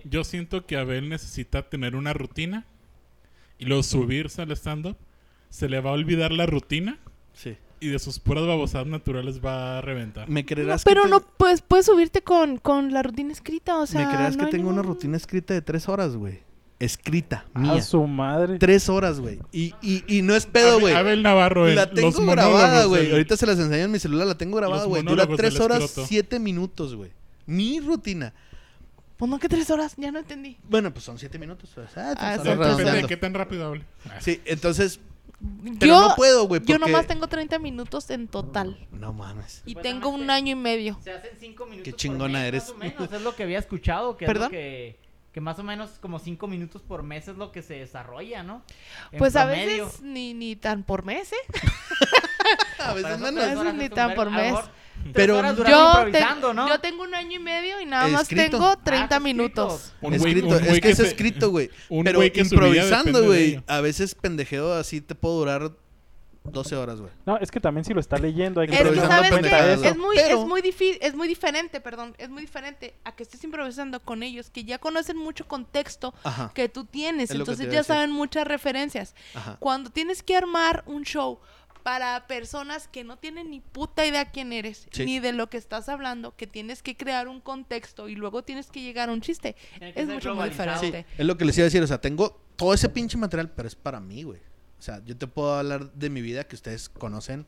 Yo siento que Abel necesita tener una rutina y luego subirse al stand-up. Se le va a olvidar la rutina Sí. y de sus puras babosadas naturales va a reventar. ¿Me No, creerás pero que no te- puedes, puedes subirte con, con la rutina escrita, o sea. ¿Me creerás no que hay tengo una ningún- rutina escrita de tres horas, güey? Escrita, A mía. su madre. Tres horas, güey. Y, y, y no es pedo, Abel- güey. Abel Navarro, eh, La los tengo monólogos grabada, güey. del- Ahorita se las enseño en mi celular, la tengo grabada, Los güey. Dura monólogos tres del horas, escroto. siete minutos, güey. Mi rutina. Pues no, que tres horas, ya no entendí. Bueno, pues son siete minutos. pues, ah, Ah, tres sí, horas Depende de redondeando. qué tan rápido hable. Ah, Sí, entonces. Pero yo no puedo, güey. yo porque- nomás tengo 30 minutos en total. No (laughs) mames. Y Supuestamente- tengo un año y medio. Se hacen cinco minutos. Qué por chingona mes, eres. Más o menos, es lo que (laughs) había escuchado. Que es lo ¿Perdón? que, que más o menos como cinco minutos por mes es lo que se desarrolla, ¿no? En Pues a promedio. veces ni, ni tan por mes, ¿eh? A pues veces Para nosotros no, no. tres menos. horas Ni es un tan ver- por a lo mes. mejor tres Pero- horas duramos Yo, te- improvisando, ¿no? yo tengo un año y medio y nada más Escrito. tengo Ah, 30 escrito. minutos. un güey- escrito, un es güey que es se- escrito, güey. un Pero güey que subía improvisando, depende de güey. ello. A veces pendejeo así te puedo durar 12 horas, güey. No, es que también si lo está leyendo hay que Es que Improvisando sabes pendejadas, que es ¿no? muy, Pero- es muy difícil, es muy diferente, perdón, es muy diferente a que estés improvisando con ellos, que ya conocen mucho contexto Ajá, que tú tienes, Es lo que te entonces iba a ya decir. saben muchas referencias. ajá. Cuando tienes que armar un show para personas que no tienen ni puta idea quién eres, Sí. ni de lo que estás hablando, que tienes que crear un contexto y luego tienes que llegar a un chiste, Tiene que es ser mucho más globalizado. Sí, diferente. es lo que les iba a decir, o sea, tengo todo ese pinche material, pero es para mí, güey. O sea, yo te puedo hablar de mi vida que ustedes conocen,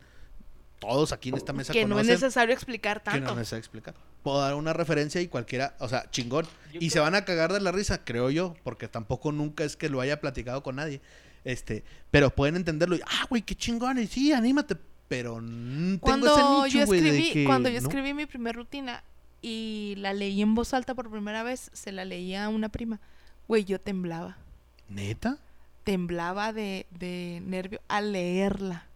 todos aquí en esta mesa Que no es conocen, necesario explicar que no tanto. es necesario explicar. Puedo dar una referencia y cualquiera, o sea, chingón. Yo y se van a cagar de la risa, creo yo, porque tampoco nunca es que lo haya platicado con nadie. Este, pero pueden entenderlo y, ah, güey, qué chingón, y sí, anímate, pero mm, tengo cuando ese nicho, yo güey, de escribí que cuando yo no. escribí mi primer rutina y la leí en voz alta por primera vez se la leía a una prima güey yo temblaba ¿Neta? temblaba de, de nervio al leerla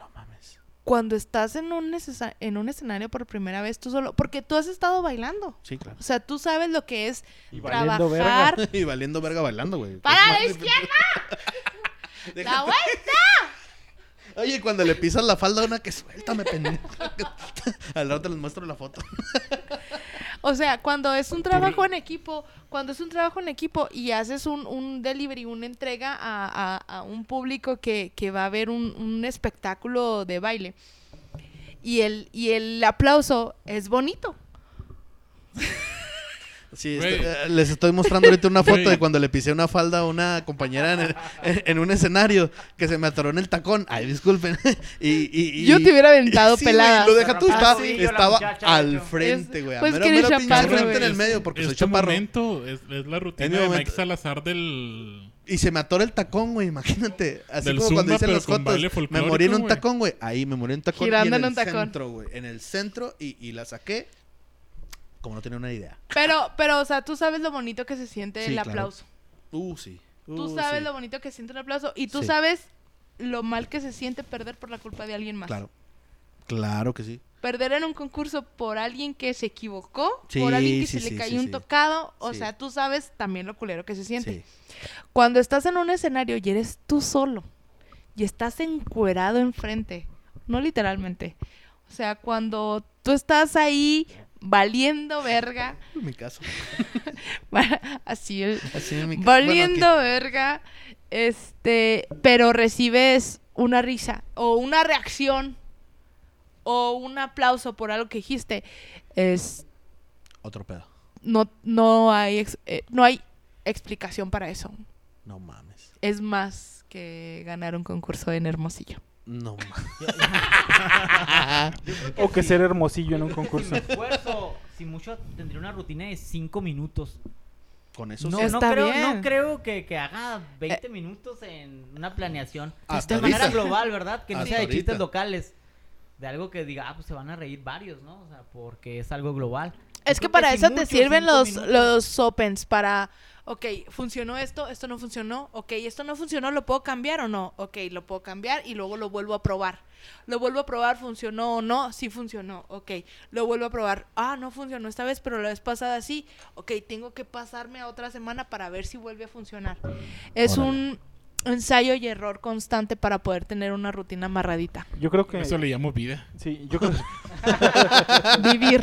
No mames. cuando estás en un necesa- en un escenario por primera vez tú solo porque tú has estado bailando Sí, claro. o sea tú sabes lo que es Y valiendo trabajar (laughs) y valiendo verga bailando, güey. para la Es más- izquierda (laughs) Deja- la vuelta Oye, cuando le pisas la falda a una que suéltame, pendejo. (laughs) Al rato les muestro la foto. O sea, cuando es un trabajo en equipo, cuando es un trabajo en equipo y haces un, un delivery, una entrega a, a- a un público que, que va a ver un, un espectáculo de baile y el, y el aplauso es bonito. Sí, Güey. estoy- eh, les estoy mostrando ahorita una foto Güey. de cuando le pisé una falda a una compañera en, el- en- en un escenario que se me atoró en el tacón. Ay, disculpen. (laughs) y, y- y- Yo (laughs) te hubiera aventado Sí, güey, pelada. Ah, Lo deja tú, Arrancaba el estaba, tobillo la estaba muchacha, de al hecho. Este frente, güey. a Pues mero, que eres mero pinche chaparro, frente en güey. el medio porque es soy tu chaparro. Este momento, es, es la rutina Es mi de Mike este momento. Salazar del... Y se me atoró el tacón, güey, imagínate. Así Del como cuando Zumba, dicen pero las con fotos. baile Me folclórico, morí en un güey. tacón, güey. Ahí me morí en un tacón. Girando y en, en el un tacón. centro, güey. En el centro y, y la saqué. Como no tenía una idea. Pero, pero, o sea, tú sabes lo bonito que se siente Sí, el claro. aplauso. Uh, sí. Tú Uh, sabes sí. lo bonito que se siente el aplauso y tú Sí. sabes lo mal que se siente perder por la culpa de alguien más. Claro. Claro que sí. perder en un concurso por alguien que se equivocó, Sí, por alguien que sí, se sí, le cayó sí, un sí. tocado, o Sí. sea, tú sabes también lo culero que se Sí. siente. Cuando estás en un escenario y eres tú solo y estás encuerado enfrente, no literalmente. O sea, cuando tú estás ahí valiendo verga, (laughs) En mi caso. así el- Así en mi caso. valiendo Bueno, verga, este, pero recibes una risa o una reacción o un aplauso por algo que dijiste, es ok. Otro pedo. no no hay ex- eh, no hay explicación para eso. No mames. Es más que ganar un concurso en Hermosillo. No mames. O que ser hermosillo en (laughs) un concurso. esfuerzo, si mucho, tendría una rutina de 5 minutos. Con eso No, sí. no está creo, bien. Eh, no creo que, que haga 20 minutos en una planeación. Hasta de manera ahorita. global, ¿verdad? Que no Hasta sea de ahorita. chistes locales. De algo que diga, ah, pues se van a reír varios, ¿no? O sea, porque es algo global. Es Yo que creo para si eso te mucho, sirven cinco los, minutos. los opens, para, ok, funcionó esto, esto no funcionó, ok, esto no funcionó, ¿lo puedo cambiar o no? Ok, lo puedo cambiar y luego lo vuelvo a probar. Lo vuelvo a probar, ¿funcionó o no? Sí funcionó, ok. Lo vuelvo a probar, ah, no funcionó esta vez, pero la vez pasada sí, ok, tengo que pasarme a otra semana para ver si vuelve a funcionar. Es Órale. un ensayo y error constante para poder tener una rutina amarradita. Yo creo que... Eso le llamo vida. Sí, (laughs) yo creo, (laughs) Vivir.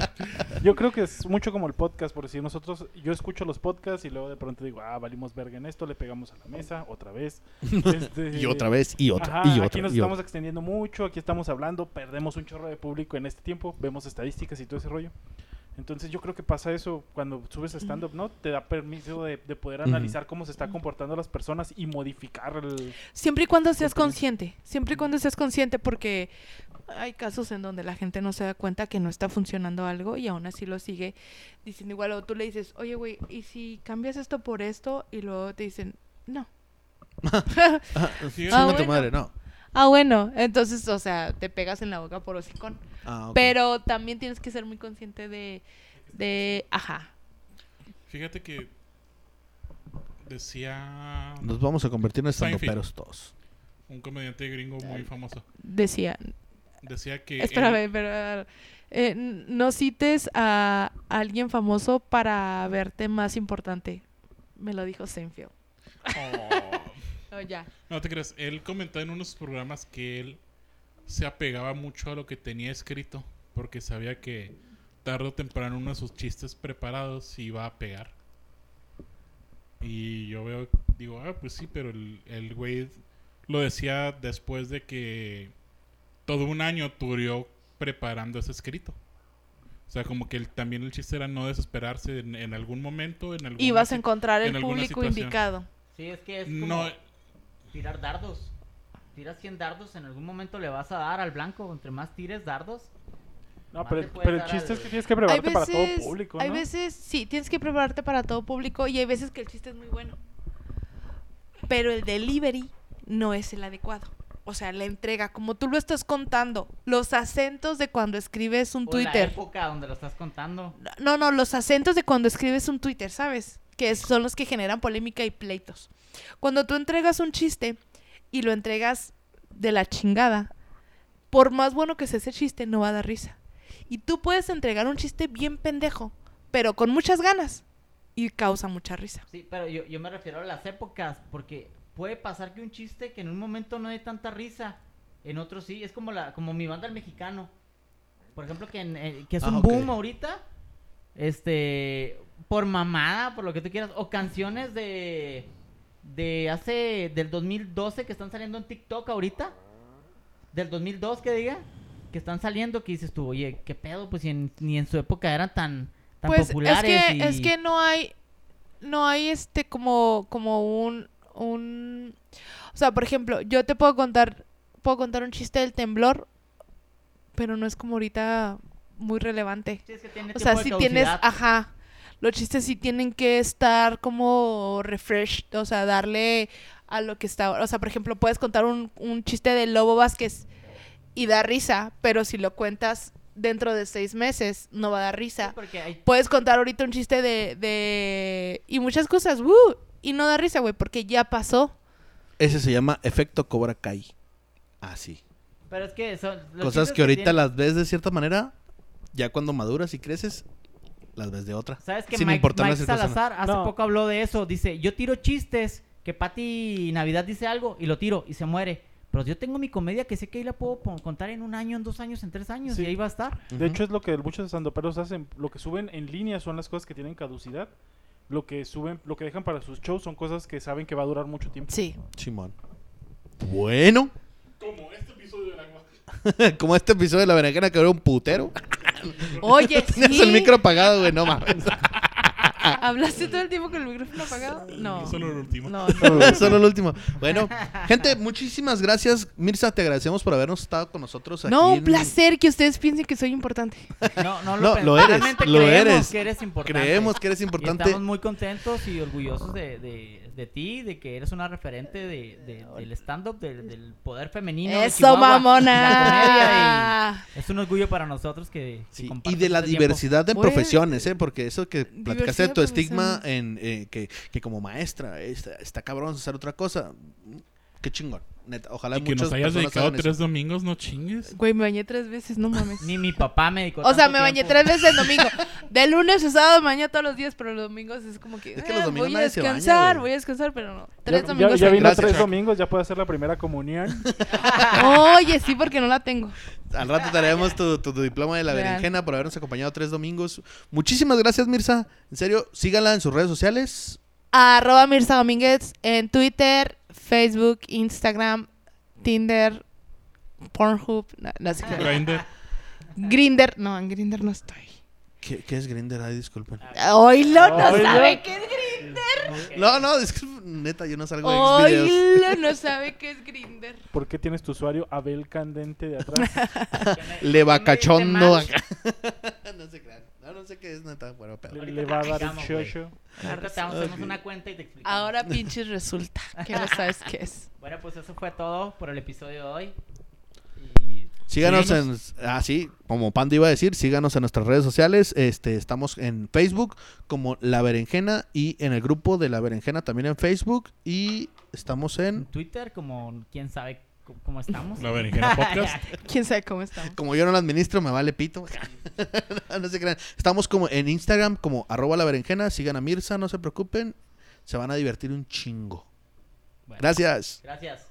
yo creo que es mucho como el podcast, por si nosotros, yo escucho los podcasts y luego de pronto digo, ah, valimos verga en esto, le pegamos a la mesa, (laughs) otra vez. Este, Y otra vez, y otra, Ajá, y aquí otra, nos y estamos otra. extendiendo mucho, aquí estamos hablando, perdemos un chorro de público en este tiempo, vemos estadísticas y todo ese rollo. Entonces yo creo que pasa eso cuando subes a stand-up, ¿no? Te da permiso de, de poder analizar cómo se está comportando las personas y modificar el... Siempre y cuando seas Compromiso. consciente, siempre y cuando seas consciente porque hay casos en donde la gente no se da cuenta que no está funcionando algo y aún así lo sigue diciendo igual o tú le dices, oye güey, ¿y si cambias esto por esto? Y luego te dicen, no. Ajá, chinga Ah, tu bueno. madre, no. ah, bueno, entonces, o sea, te pegas en la boca por hocicón. Ah, ok. Pero también tienes que ser muy consciente de, de, ajá. Fíjate que decía Nos vamos a convertir en Seinfeld. estandoperos todos. un comediante gringo muy famoso. Decía, Decía que... espérame, él- pero eh, n- no cites a alguien famoso para verte más importante. Me lo dijo Seinfeld. (laughs) Oh, No, ya. No te creas, él comentó en unos programas que él se apegaba mucho a lo que tenía escrito, porque sabía que tarde o temprano uno de sus chistes preparados iba a pegar. Y yo veo, digo, ah, pues sí, pero el, el güey lo decía después de que todo un año turió preparando ese escrito. O sea, como que el- también el chiste era no desesperarse en, en algún momento, en algún Y vas a encontrar en el alguna público situación. indicado. Sí, es que es como No, tirar dardos. Tiras 100 dardos, en algún momento le vas a dar al blanco. Entre más tires dardos, No, Más pero, te puedes pero el dar chiste al- es que tienes que prepararte para todo público, ¿no? hay veces, sí, tienes que prepararte para todo público y hay veces que el chiste es muy bueno. Pero el delivery no es el adecuado. O sea, la entrega, como tú lo estás contando, los acentos de cuando escribes un o la Twitter. época donde lo estás contando. No, no, los acentos de cuando escribes un Twitter, ¿sabes? Que son los que generan polémica y pleitos. Cuando tú entregas un chiste y lo entregas de la chingada, por más bueno que sea ese chiste, no va a dar risa. Y tú puedes entregar un chiste bien pendejo, pero con muchas ganas y causa mucha risa. Sí, pero yo, yo me refiero a las épocas, porque puede pasar que un chiste que en un momento no dé tanta risa, en otro sí, es como la como mi banda el mexicano. Por ejemplo, que, en- eh, que es Ah, un ok. boom ahorita, este, por mamada, por lo que tú quieras, o canciones de de hace del 2012 que están saliendo en TikTok ahorita, del 2002 que diga, que están saliendo que dices tú, oye, qué pedo, pues si en- ni en su época eran tan tan pues es populares que y- es que no hay no hay este como como un un o sea por ejemplo yo te puedo contar puedo contar un chiste del temblor pero no es como ahorita muy relevante Sí, es que tiene o sea tiempo Este de si tienes caducidad. ajá los chistes sí tienen que estar como refresh o sea darle a lo que está o sea por ejemplo puedes contar un, un chiste de Lobo Vázquez y da risa pero si lo cuentas dentro de seis meses no va a dar Sí, risa porque hay puedes contar ahorita un chiste de, de- y muchas cosas, ¡woo! y no da risa, güey, porque ya pasó. Ese se llama efecto Cobra Kai. Así. Pero es que son los Cosas chistes que ahorita tienen- las ves de cierta manera, ya cuando maduras y creces, las ves de otra. ¿Sabes que sin Mike, importar la Mike circunstancia. Salazar hace No. poco habló de eso? Dice, yo tiro chistes que Pati Navidad dice algo y lo tiro y se muere. Pero yo tengo mi comedia que sé que ahí la puedo pon- contar en un año, en dos años, en tres años Sí. y ahí va a estar. Ujú. De hecho, es lo que muchos estandoperos hacen. Lo que suben en línea son las cosas que tienen caducidad. Lo que suben, lo que dejan para sus shows son cosas que saben que va a durar mucho tiempo. Sí. (laughs) Simón. Bueno, (laughs) como este episodio de agua. como este episodio de la berenjena que era un putero. (laughs) (laughs) Oye, Tenías sí. el micro apagado, güey, no mames. (laughs) ¿Hablaste todo el tiempo con el micrófono apagado? No. Solo el último. No, (laughs) Solo el último. Bueno, gente, muchísimas gracias. Mirza, te agradecemos por habernos estado con nosotros aquí. No, un en- placer que ustedes piensen que soy importante. No, (laughs) no No, lo, lo lo eres, Realmente lo creemos eres. que eres importante. Creemos que eres Y importante. estamos muy contentos y orgullosos de, de, de ti, de que eres una referente de, de- del stand-up, del, del poder femenino. de Eso, Chihuahua, la comedia, mamona. y es un orgullo para nosotros que, que Sí, y compartas de la este tiempo. diversidad de Güey, profesiones, ¿eh? Porque eso que platicaste de diversidad tu de estigma en eh, que, que como maestra eh, está, está cabrón hacer otra cosa. mm, Qué chingón. Neta, ojalá Y que muchas nos hayas personas dedicado hagan eso. tres domingos, no chingues. Güey, me bañé tres veces, no mames. Ni mi papá me dedicó O sea, tanto me bañé tiempo. tres veces (laughs) el domingo. De lunes a sábado me bañé todos los días, pero los domingos es como que, Es que los ah, domingos voy a nadie se baña, descansar, güey. voy a descansar, pero no. Ya, Tres ya- domingos. ya al- vino Gracias, tres Chuck. domingos, ya puede hacer la primera comunión. Oye, sí, porque no la tengo. Al rato te haremos tu, tu- tu diploma de la Real. berenjena por habernos acompañado tres domingos. Muchísimas gracias, Mirza. En serio, sígala en sus redes sociales. arroba Mirza Domínguez en Twitter, Facebook, Instagram, Tinder, Pornhub, no, no sé qué. Grindr. Grinder, no, en Grinder no estoy. ¿Qué, qué es Grinder? Ay, disculpen. Ah, Oilo, no Oilo. sabe qué es Grinder. No, no, disculpen. Neta, yo no salgo de Xvideos. Oilo, no sabe qué es Grinder. ¿Por qué tienes tu usuario Abel Candente de atrás? Le bacachondo match. acá. (laughs) no se crean. No, no sé qué es, neta. Bueno, pero. Le, le va a dar el Digamos, güey. chocho. Ahorita te vamos, hacemos Ok. una cuenta y te explicamos. Ahora pinches resulta que no sabes qué es. Bueno, pues eso fue todo por el episodio de hoy. Y Síganos en, ah, sí, como Panda iba a decir, síganos en nuestras redes sociales. Este, estamos en Facebook como La Berenjena y en el grupo de La Berenjena también en Facebook y estamos en en, Twitter, como quién sabe c- cómo estamos. La (laughs) berenjena podcast. Quién sabe cómo estamos. como yo no la administro, me vale pito. (laughs) no, no se crean. Estamos como en Instagram como arroba La Berenjena. Sigan a Mirza, no se preocupen, se van a divertir un chingo. Bueno, Gracias. Gracias.